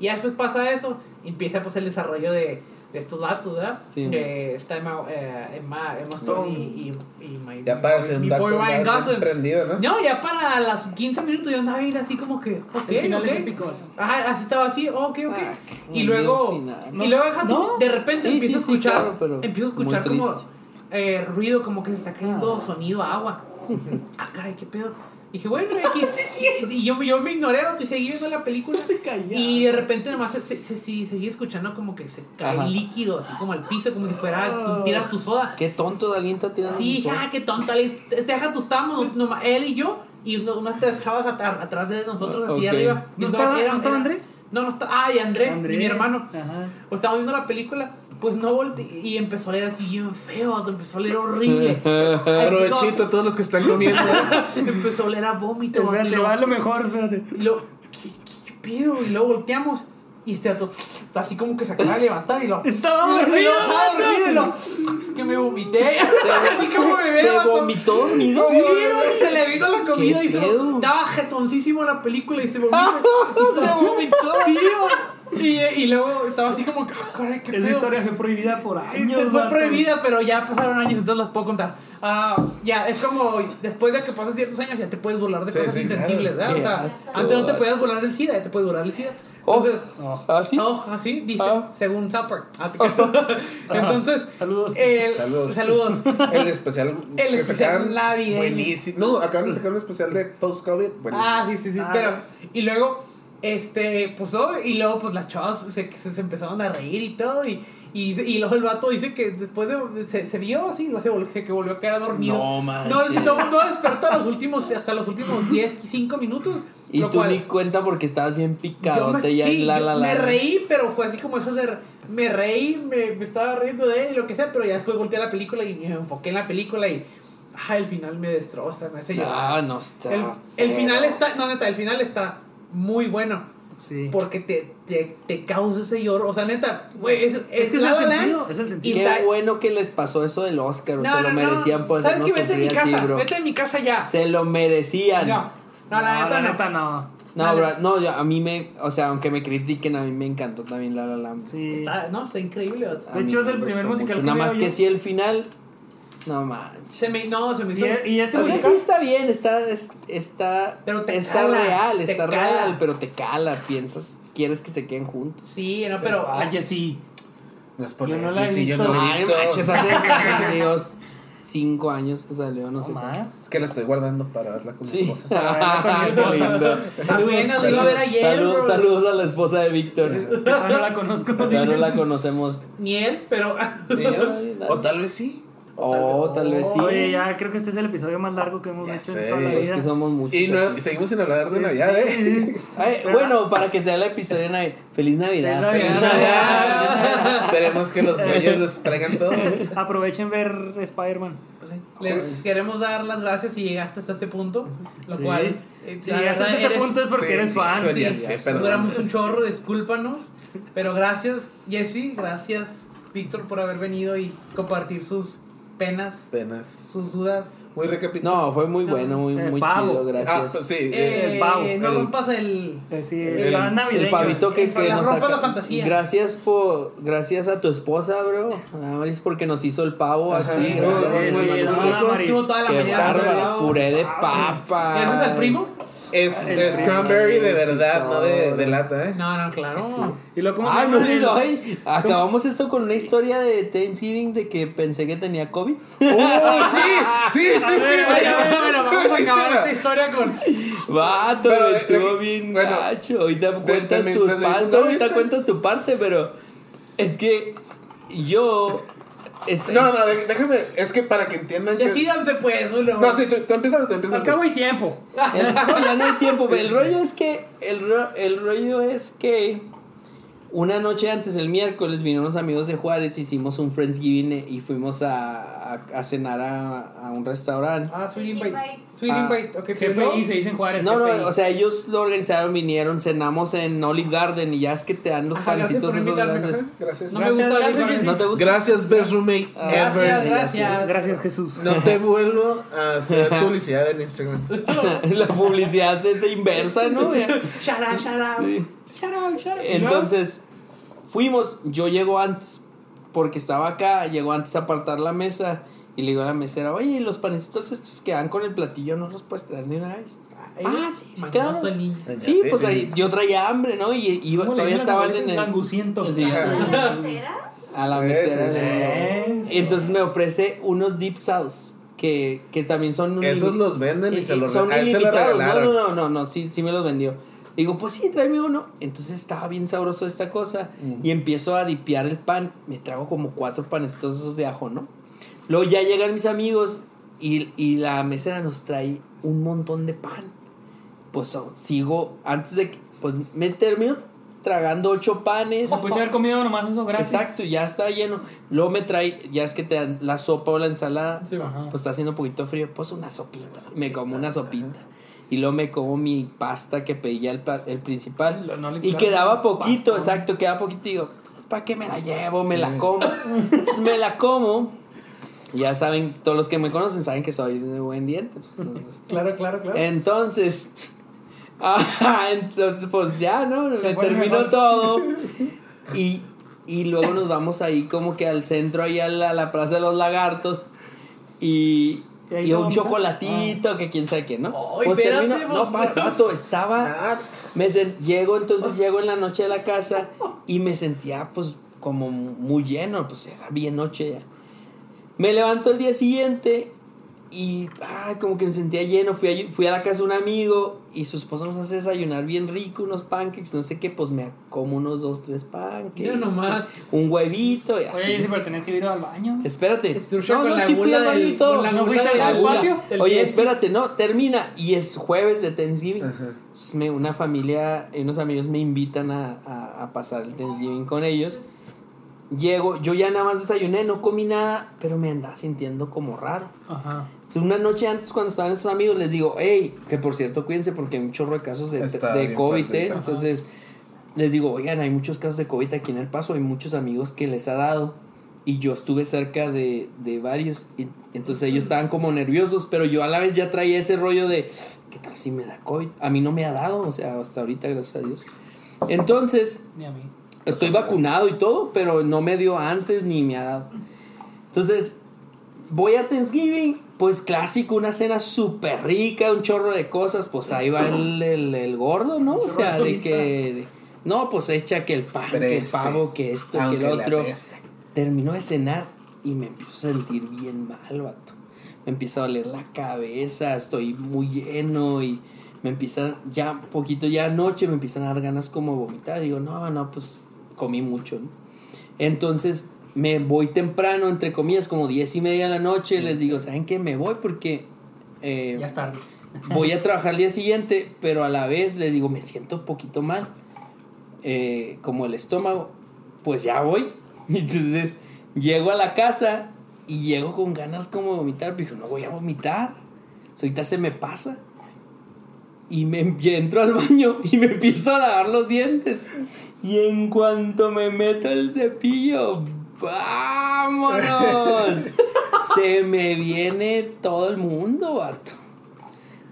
Y ya después pasa eso, y empieza pues el desarrollo de, de estos vatos, ¿verdad?
Sí.
Que está Emma, eh, Emma, Emma Stone y, y, y my-
Ya para el
mi
segundo
boy
acto
Ryan
ya
Gosling.
prendido, ¿no?
No, ya para las 15 minutos yo andaba bien así como que, ok,
El final
ok.
es épico, vato.
Ajá, así estaba así, oh, ok, ok.
Ah,
y
un
luego,
buen final,
y
¿no?
luego deja tú,
¿No?
de repente
Sí,
empiezo
sí,
a
sí,
escuchar,
claro, pero
empiezo a
muy
escuchar como
triste.
eh, ruido, como que se está cayendo sonido a agua. ah, caray, qué pedo. Dije, bueno, aquí Y yo, yo me ignoré, vato, y seguí viendo la película.
Se caía.
Y de repente nomás se, se, se- sí, seguí escuchando como que se cae
Ajá.
líquido, así como al piso, como si fuera, tú tiras tu soda.
Qué tonto Dalín está tirando.
Sí,
Ah, mi
hija,
soda.
qué tonto. Ale, Te te deja tus tamos, nomás él y yo, y uno- unas tres chavas atrás, atrás de nosotros, así
Ah, Ok.
arriba.
¿No
Viendo-
estaba-
era-
no estaba
era-
André?
No, no estaba. Ay, André,
André.
¿Eh? mi hermano.
Ajá.
O estaba viendo la película, pues no volteé y empezó a leer así bien feo, vato, empezó a leer horrible.
Aprovechito a todos los que están comiendo.
Empezó a oler a vómito. vato, y
Espérate,
luego-
va a lo mejor, espérate.
y luego, ¿qué, qué- qué pedo? Y luego volteamos. Y este dato está así como que se acaba de levantar y lo.
Estaba
y lo- y lo-
dormido,
Estaba
vato.
dormido y lo. Es que me vomité. Así como bebé.
Se
vato.
vomitó
Sí,
dormido.
güey, se le vino la comida y se
pedo?
estaba jetoncísimo la película y se vomitó. se vomitó. Sí, güey. y, y luego estaba así como que, ah, caray, qué
Esa
pedo.
historia fue prohibida por años.
Este, fue
vato.
prohibida, pero ya pasaron años, entonces las puedo contar. Ah, ya, es como después de que pasan ciertos años, ya te puedes burlar de
Sí,
cosas
sí,
insensibles,
claro. Qué
¿verdad? O
asco,
sea, antes no te
vato.
podías burlar del SIDA, ya te puedes burlar del SIDA.
Oh,
Entonces,
¿Ah, sí?
Oh, así dice,
Ah.
según Zapper. Ah, te creas. Entonces,
Saludos.
el-
Saludos.
saludos.
El especial. que
especial
sacaron,
navideño.
Buenísimo. No, acaban de sacar un especial de post-COVID. buenísimo.
Ah, sí, sí, sí.
Ah.
Pero, y luego, este, pues, oh, y luego, pues, las chavas se, se, se empezaron a reír y todo. Y, y, y luego el vato dice que después de, se, se vio así, no se volvió, se que volvió a quedar dormido.
No manches.
No, no, no despertó a los últimos, hasta los últimos 10, 5 minutos.
Y
lo
tú
cual-
ni cuenta porque estabas bien
yo me,
picadote ya
sí,
en la
yo
la la.
me reí, pero fue así como eso de. Me reí, me, me estaba riendo de él y lo que sea, pero ya después volteé a la película y me enfoqué en la película y. Ah, el final me destroza, me hace llorar.
Ah, no está.
El, el
feo.
final está, no, neta, el final está muy bueno.
Sí.
Porque te, te, te causa ese lloro. O sea, neta, güey, es,
Es que es
La
el
La Land.
sentido. Es el sentido.
Qué
está-
bueno que les pasó eso del Oscar.
No,
se
no,
lo
no.
merecían por
¿Sabes
hacernos
qué? Vete de mi
sufrir así,
casa.
bro.
Vete de mi casa ya.
Se lo merecían.
No, no, la neta, no.
no.
No, bro, no, yo- a mí me, o sea, aunque me critiquen, a mí me encantó también La La Land.
Sí.
Está, no, está increíble. vato.
A
De
mí
hecho, es
me
el
gustó
primer musical
mucho.
que
Nada
veo
más que
yo.
sí, el final, no manches.
Se me, no, se me
Y,
hizo.
y este
O sea, sí
musical-
está bien, está, es- está,
Pero te
está
cala,
real,
te
está
cala.
real, pero te cala, piensas, quieres que se queden juntos.
Sí, no, pero.
Ay, Ah, ya sí.
No es por
Yo
la
no la he
sí, yo
visto.
no la he
Ay,
visto.
manches, hace Dios, cinco años que salió, no
No
sé.
más.
Es que la estoy guardando para verla con mi
Sí.
esposa.
Ay, con mi esposa.
Lindo.
Apenas lo iba a ver ayer.
Salud-
bro.
saludos a la esposa de Víctor.
Ah, No la conozco.
Ya no la conocemos.
Ni él, pero.
Sí, ya.
O tal vez sí.
Oh, tal vez sí.
Oye, ya creo que este es el episodio más largo que hemos
Ya
hecho
sé,
en toda la
Es
vida.
que somos muchos.
Y, no- y
aquí.
seguimos sin hablar de
Sí,
Navidad,
sí.
¿eh?
Ay, bueno, para que sea el episodio de Navidad. Feliz Navidad.
Feliz
Feliz Navidad. Esperemos que los reyes les traigan todo.
Aprovechen ver Spider-Man.
Les queremos dar las gracias si llegaste hasta este punto. Lo
Sí.
cual. eh,
Si
la
llegaste a
verdad,
este
eres-
punto es porque
Sí,
eres fan.
híjole,
sí.
ya sé, perdón.
Duramos un chorro, discúlpanos. Pero gracias, Jesse. Gracias, Víctor, por haber venido y compartir sus penas,
Apenas.
sus dudas.
Muy recapitulado.
No, fue muy bueno, muy,
Eh,
muy
pavo.
chido,
Ah,
gracias.
pues sí. eh,
Eh,
el pavo,
no
el-
rompas el.
Eh, Sí,
El-
está navideño.
El pavito que,
El-
que
la
nos
ropa
saca-
de la fantasía.
Gracias por gracias a tu esposa, bro. Nada más es porque nos hizo el pavo
Ajá.
aquí.
Sí,
Gracias,
sí,
hermano.
no,
no, Maris.
Estuvo toda la
Qué
mañana.
bárbaro,
¿verdad?
puré de
¿Y
papa.
¿Ese es el primo?
Es,
el-
es cranberry de verdad, no de,
todo.
de lata, ¿eh?
No, no, claro.
Y luego, ¿cómo se
Ah,
llama
no,
el-
ay, acabamos esto con una historia de Thanksgiving de que pensé que tenía COVID.
¡Oh, sí! ¡Sí, sí, sí! vaya,
Bueno, bueno,
vaya.
bueno, vamos a acabar esta
Buenísima.
historia con.
Vato,
Pero, eh,
estuvo
eh,
bien
bueno,
gacho. Ahorita cuentas
desde mi-
tu
desde mi
parte,
punto de
ahorita
vista-
cuentas tu parte, pero es que yo este-
No, no, de- déjame. Es que para que entiendan que.
Decídanse pues, uno.
No, sí, tú, tú empiezas, tú empiezas.
Al cabo hay tiempo.
El- no, ya no hay tiempo. pero El rollo es que. El, ro- el rollo es que. Una noche antes, el miércoles, vinieron unos amigos de Juárez, hicimos un Friendsgiving y fuimos a, a, a cenar a, a un restaurante.
Ah, Sweet
Sweet
Invite.
Invite.
Sweet
Ah.
Invite. Ok, pero luego-
GPI se dice en
Ah,
Juárez.
No,
GPI.
no, o sea, ellos lo organizaron, vinieron, cenamos en Olive Garden y ya es que te dan los
Ajá, Ah, gracias
panecitos
por
esos
invitarme,
grandes.
Gracias.
No me gusta
Gracias,
el
gracias,
¿No
Olive
te
Garden.
gusta?
Gracias, best roommate
Ah,
ever.
Gracias, gracias.
Gracias, Jesús.
No te vuelvo a hacer publicidad en Instagram.
La publicidad es inversa, ¿no? Ya.
Shout out, shout out.
Sí.
Shut up, shut up.
Entonces, fuimos, yo llego antes, porque estaba acá, llegó antes a apartar la mesa y le digo a la mesera, oye, ¿y los panecitos estos que dan con el platillo no los puedes traer ni una vez. Ah, sí, sí, claro.
Mañoso el niño.
Sí,
Sí,
pues
Ah, sí.
ahí yo traía hambre, ¿no? Y iba-
¿Cómo le
todavía
dicen a
estaban
los
en el-
Languciento.
Sí.
¿La tercera?
a la
Sí,
mesera.
sí,
¿no?
Eh,
Entonces me ofrece unos deep sauce que, que también son...
Esos
limi-
los venden y se los
son
re- a él se los
ilimitados.
regalaron.
No, no, no, no, no, sí, sí me los vendió. Digo, pues sí, tráeme uno. Entonces estaba bien sabroso esta cosa.
Mm.
Y empiezo a dipear el pan. Me trago como cuatro panecitos esos de ajo, ¿no? Luego ya llegan mis amigos y, y la mesera nos trae un montón de pan. Pues oh, sigo, antes de que, pues me termino tragando ocho panes.
O pudiste Pues, haber comido nomás eso gratis.
Exacto, ya está lleno. Luego me trae, ya es que te dan la sopa o la ensalada.
Sí, ajá.
Pues está haciendo un poquito frío. Pues una sopita. Me como una sopita. Y luego me como mi pasta que pedía el, pa- el principal.
Lo- no le
y
quitaron
quedaba
el
poquito,
pastor.
exacto, quedaba poquito. Y digo, pues para qué me la llevo, me la como. Entonces, me la como. Ya saben, todos los que me conocen saben que soy de buen diente. pues, entonces-
Claro, claro,
eh,
claro.
entonces, ah, entonces pues ya, ¿no?
Se
Me
fue
terminó
mejor.
todo. Y, y luego nos vamos ahí como que al centro, ahí a la, la Plaza de los Lagartos. Y,
Y ahí
y
lo
un
vamos Ah. a-
chocolatito, que quién sabe qué, ¿no? Pues
Ay, espérate,
no,
vos.
pa- vato, estaba...
Ah,
Me sen- llego, entonces llego en la noche a la casa y me sentía pues como muy lleno, pues era bien noche ya. Me levanto el día siguiente y ay, como que me sentía lleno. Fui a, fui a la casa de un amigo y su esposo nos hace desayunar bien rico, unos pancakes, no sé qué, pues me como unos dos, tres pancakes.
Mira nomás.
Un huevito y así.
Oye, sí, pero tenías que ir al baño.
Espérate.
Estrucha
No,
con
no,
la
sí fui
gula
al baño y
del-
todo.
con la
¿No
gula
fuiste
del
La gula.
patio?
del
Oye,
diez.
espérate, no, termina. Y es jueves de Thanksgiving.
Ajá.
Entonces, me- Una familia, y unos amigos me invitan a, a- a pasar el Thanksgiving con ellos. Llego, yo ya nada más desayuné, no comí nada, pero me andaba sintiendo como raro.
Ajá.
Entonces, Una noche antes, cuando estaban estos amigos, les digo, hey, que por cierto, cuídense porque hay un chorro de casos de,
Está
de
bien
COVID,
fuerte,
¿eh?
ajá.
Entonces, les digo, oigan, hay muchos casos de COVID aquí en El Paso, hay muchos amigos que les ha dado. Y yo estuve cerca de, de varios. Y entonces ellos estaban como nerviosos, pero yo a la vez ya traía ese rollo de, ¿qué tal si me da COVID? A mí no me ha dado, o sea, hasta ahorita, gracias a Dios. Entonces,
Ni a mí.
Estoy vacunado y todo, pero no me dio antes ni me ha dado. Entonces, voy a Thanksgiving, pues clásico, una cena súper rica, un chorro de cosas, pues ahí va el, el- el gordo, ¿no? O
chorro
sea,
de
de
pizza.
que... de- no, pues echa que el pan, que el
Preste.
pavo, que esto, que
aunque
el
la
otro.
peste.
Terminó de cenar y me empiezo a sentir bien mal, vato. Me empieza a doler la cabeza, estoy muy lleno y me empiezan, ya poquito ya anoche, me empiezan a dar ganas como de vomitar. Digo, no, no, pues comí mucho, ¿no? Entonces me voy temprano, entre comillas, como diez y media de la noche. Les digo, ¿saben qué? Me voy porque eh,
Ya es tarde.
voy a trabajar al día siguiente, pero a la vez le digo, me siento un poquito mal, eh, como el estómago, pues ya voy. Entonces llego a la casa y llego con ganas como de vomitar, pero dije, no voy a vomitar, Eso ahorita se me pasa. Y me y entro al baño y me empiezo a lavar los dientes. Y en cuanto me meto el cepillo, ¡vámonos! Se me viene todo el mundo, vato.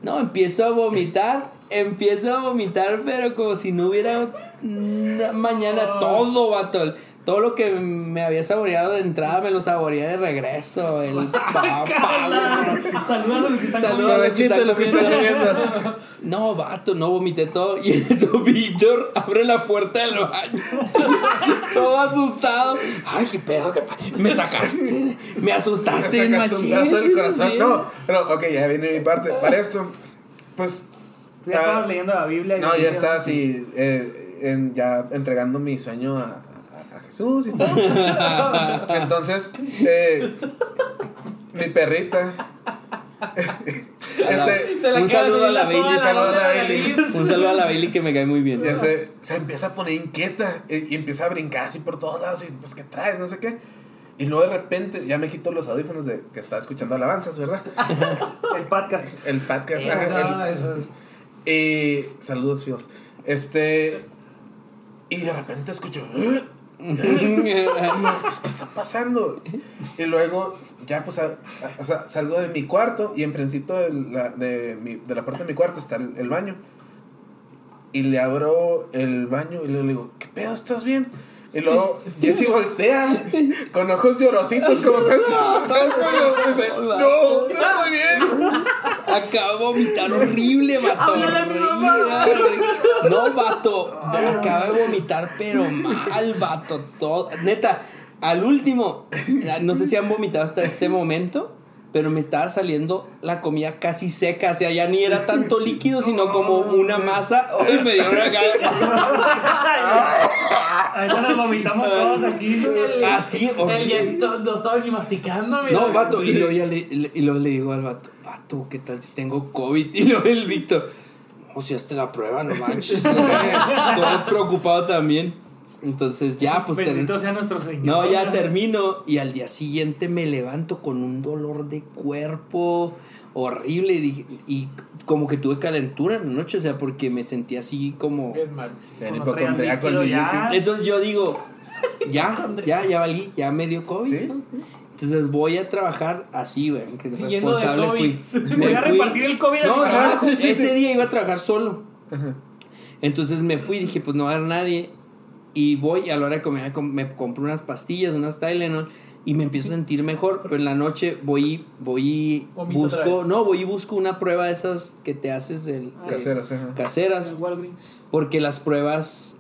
No, empiezo a vomitar, empiezo a vomitar, pero como si no hubiera una mañana todo, vato. Todo lo que me había saboreado de entrada me lo saboreé de regreso. El papá.
Saludos a los que están
Saludos.
comiendo.
Provechito los que están comiendo.
No, vato, no vomité todo. Y en eso Víctor abre la puerta del baño. todo asustado. Ay, qué pedo, qué pa- Me sacaste. Me asustaste,
Me sacaste un
machín.
pedazo del corazón.
Sí.
No, pero ok, ya viene mi parte. Para esto, pues.
Tú ya estabas
ah,
leyendo la Biblia. y
No, ya
dices,
está así, eh, en- ya entregando mi sueño a, a- a Jesús y tal. Entonces, eh, mi perrita. este,
Se la
Un
queda
saludo a la
así en
Bailey,
soda,
saludo a
onda
la
de
Bailey.
Liz.
Un saludo a la Bailey que me cae muy bien.
ya se, se empieza a poner inquieta eh, y, empieza a brincar así por todos lados y pues qué traes, no sé qué. Y luego de repente ya me quito los audífonos de que estaba escuchando alabanzas, ¿verdad?
El podcast.
El podcast.
Eso,
el-
eso.
Y saludos, Fios. Este. Y de repente escucho. "¿Eh? Y luego, pues, ¿Qué está pasando? Y luego, ya pues, a- a- o sea, salgo de mi cuarto y enfrentito de la, de, mi- de la puerta de mi cuarto está el, el baño. Y le abro el baño y luego le digo, ¿qué pedo? ¿Estás bien? Y luego Jessy voltea con ojos llorositos, como que, ¿sabes? Como, dice, no, no estoy bien.
Acabo de vomitar horrible, vato.
Háblale a mi mamá.
Horrible. No, vato. Acabo de vomitar, pero mal, vato. Todo. Neta, al último, no sé si han vomitado hasta este momento, pero me estaba saliendo la comida casi seca. O sea, ya ni era tanto líquido, sino como una masa. Ay, me dio una gana.
Ahí nos vomitamos todos aquí.
Así,
El
horrible.
ya to- lo estaba ni masticando, mira.
No, vato, y luego, ya le, le- y luego le digo al vato, vato, ¿qué tal si tengo COVID? Y luego el Víctor, no, si hazte la prueba, no manches. Todo preocupado también. Entonces ya, pues ter-
Bendito sea nuestro Señor.
No, ya termino y al día siguiente me levanto con un dolor de cuerpo horrible y, dije- y como que tuve calentura en la noche, o sea, porque me sentí así como...
Es mal.
El
Como traían
hipocondriaco
líquido
el
ya.
Billy,
Entonces yo digo, ya, ya, ya valí, ya me dio COVID.
¿Sí?
¿no? Entonces voy a trabajar así, güey, que
Lleno de
responsable
COVID.
fui.
Voy a
fui.
repartir el COVID.
No,
a mi
no,
trabajo.
sí, sí,
ese
sí.
día iba a trabajar solo. Entonces me fui, dije, pues no va a haber nadie. Y voy y a la hora de comer, com- me compro unas pastillas, unas Tylenol y me empiezo a sentir mejor. Pero en la noche voy, y- voy, y
Vomito otra
busco,
vez.
no, voy y busco una prueba de esas que te haces del, eh,
sí. Caseras, ajá.
caseras.
El Walgreens.
Porque las pruebas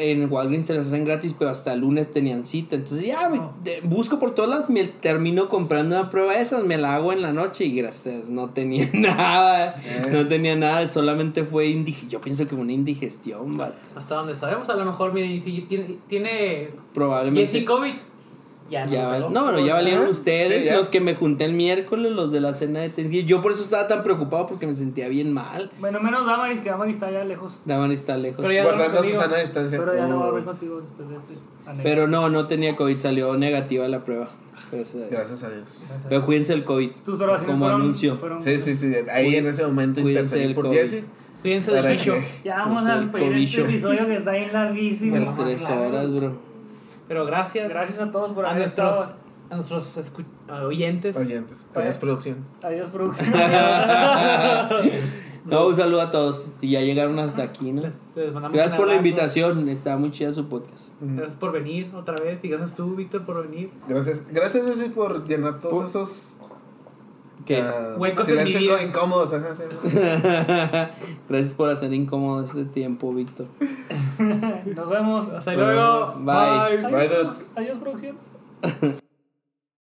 en Walgreens se las hacen gratis, pero hasta el lunes tenían cita. Entonces ya me-
No.
de- busco por todas las, me termino comprando una prueba de esas, me la hago en la noche y gracias, no tenía nada,
Eh.
no tenía nada, solamente fue indigestión. Yo pienso que fue una indigestión, vato.
Hasta donde sabemos, a lo mejor, miren, si tiene. tiene
Probablemente.
Jesse COVID. Ya,
Ya
no,
val-
pero-
no, no, ya valieron
Ajá.
ustedes,
Sí, ya.
los que me junté el miércoles, los de la cena de Thanksgiving. Yo por eso estaba tan preocupado porque me sentía bien mal.
Bueno, menos Damaris, que Damaris está allá lejos.
Daban está lejos.
Pero ya no
Guardando
va conmigo.
su sana distancia.
Pero ya no va a
Oh.
volver contigo después de este. anécdota.
Pero no, no tenía COVID, salió negativa la prueba. Gracias a Dios.
Gracias a Dios.
Pero cuídense el COVID.
Tus oraciones
como
fueron-
anuncio.
fueron-
Sí, sí, sí. Ahí
Cuí-
en ese momento
cuídense
intercedí
del
por
COVID.
Jesse.
Cuídense del
Para
bicho.
que.
Ya vamos
Pues
a
el
despedir este
cobicho.
episodio que está bien larguísimo.
Por tres horas, bro.
Pero gracias.
Gracias a todos por
a
haber
nuestros,
estado.
a nuestros escu- a oyentes.
Oyentes. Adiós, producción.
Adiós, producción.
No, un saludo a todos. Y ya llegaron hasta aquí, ¿no?
Les, les mandamos
Gracias
un
por la
abrazo.
invitación. Está muy chida su podcast.
Gracias por venir otra vez. Y gracias tú, Víctor, por venir.
Gracias. Gracias, Jesse, por llenar todos
Por-
esos.
Que
ah,
Huecos en mi
silencios
vida.
incómodos. Ajá, sí, ¿no?
Gracias por hacer incómodo este tiempo, Víctor.
Nos vemos.
Hasta
Bueno,
luego.
bye.
Bye, dudes.
Adiós, producción.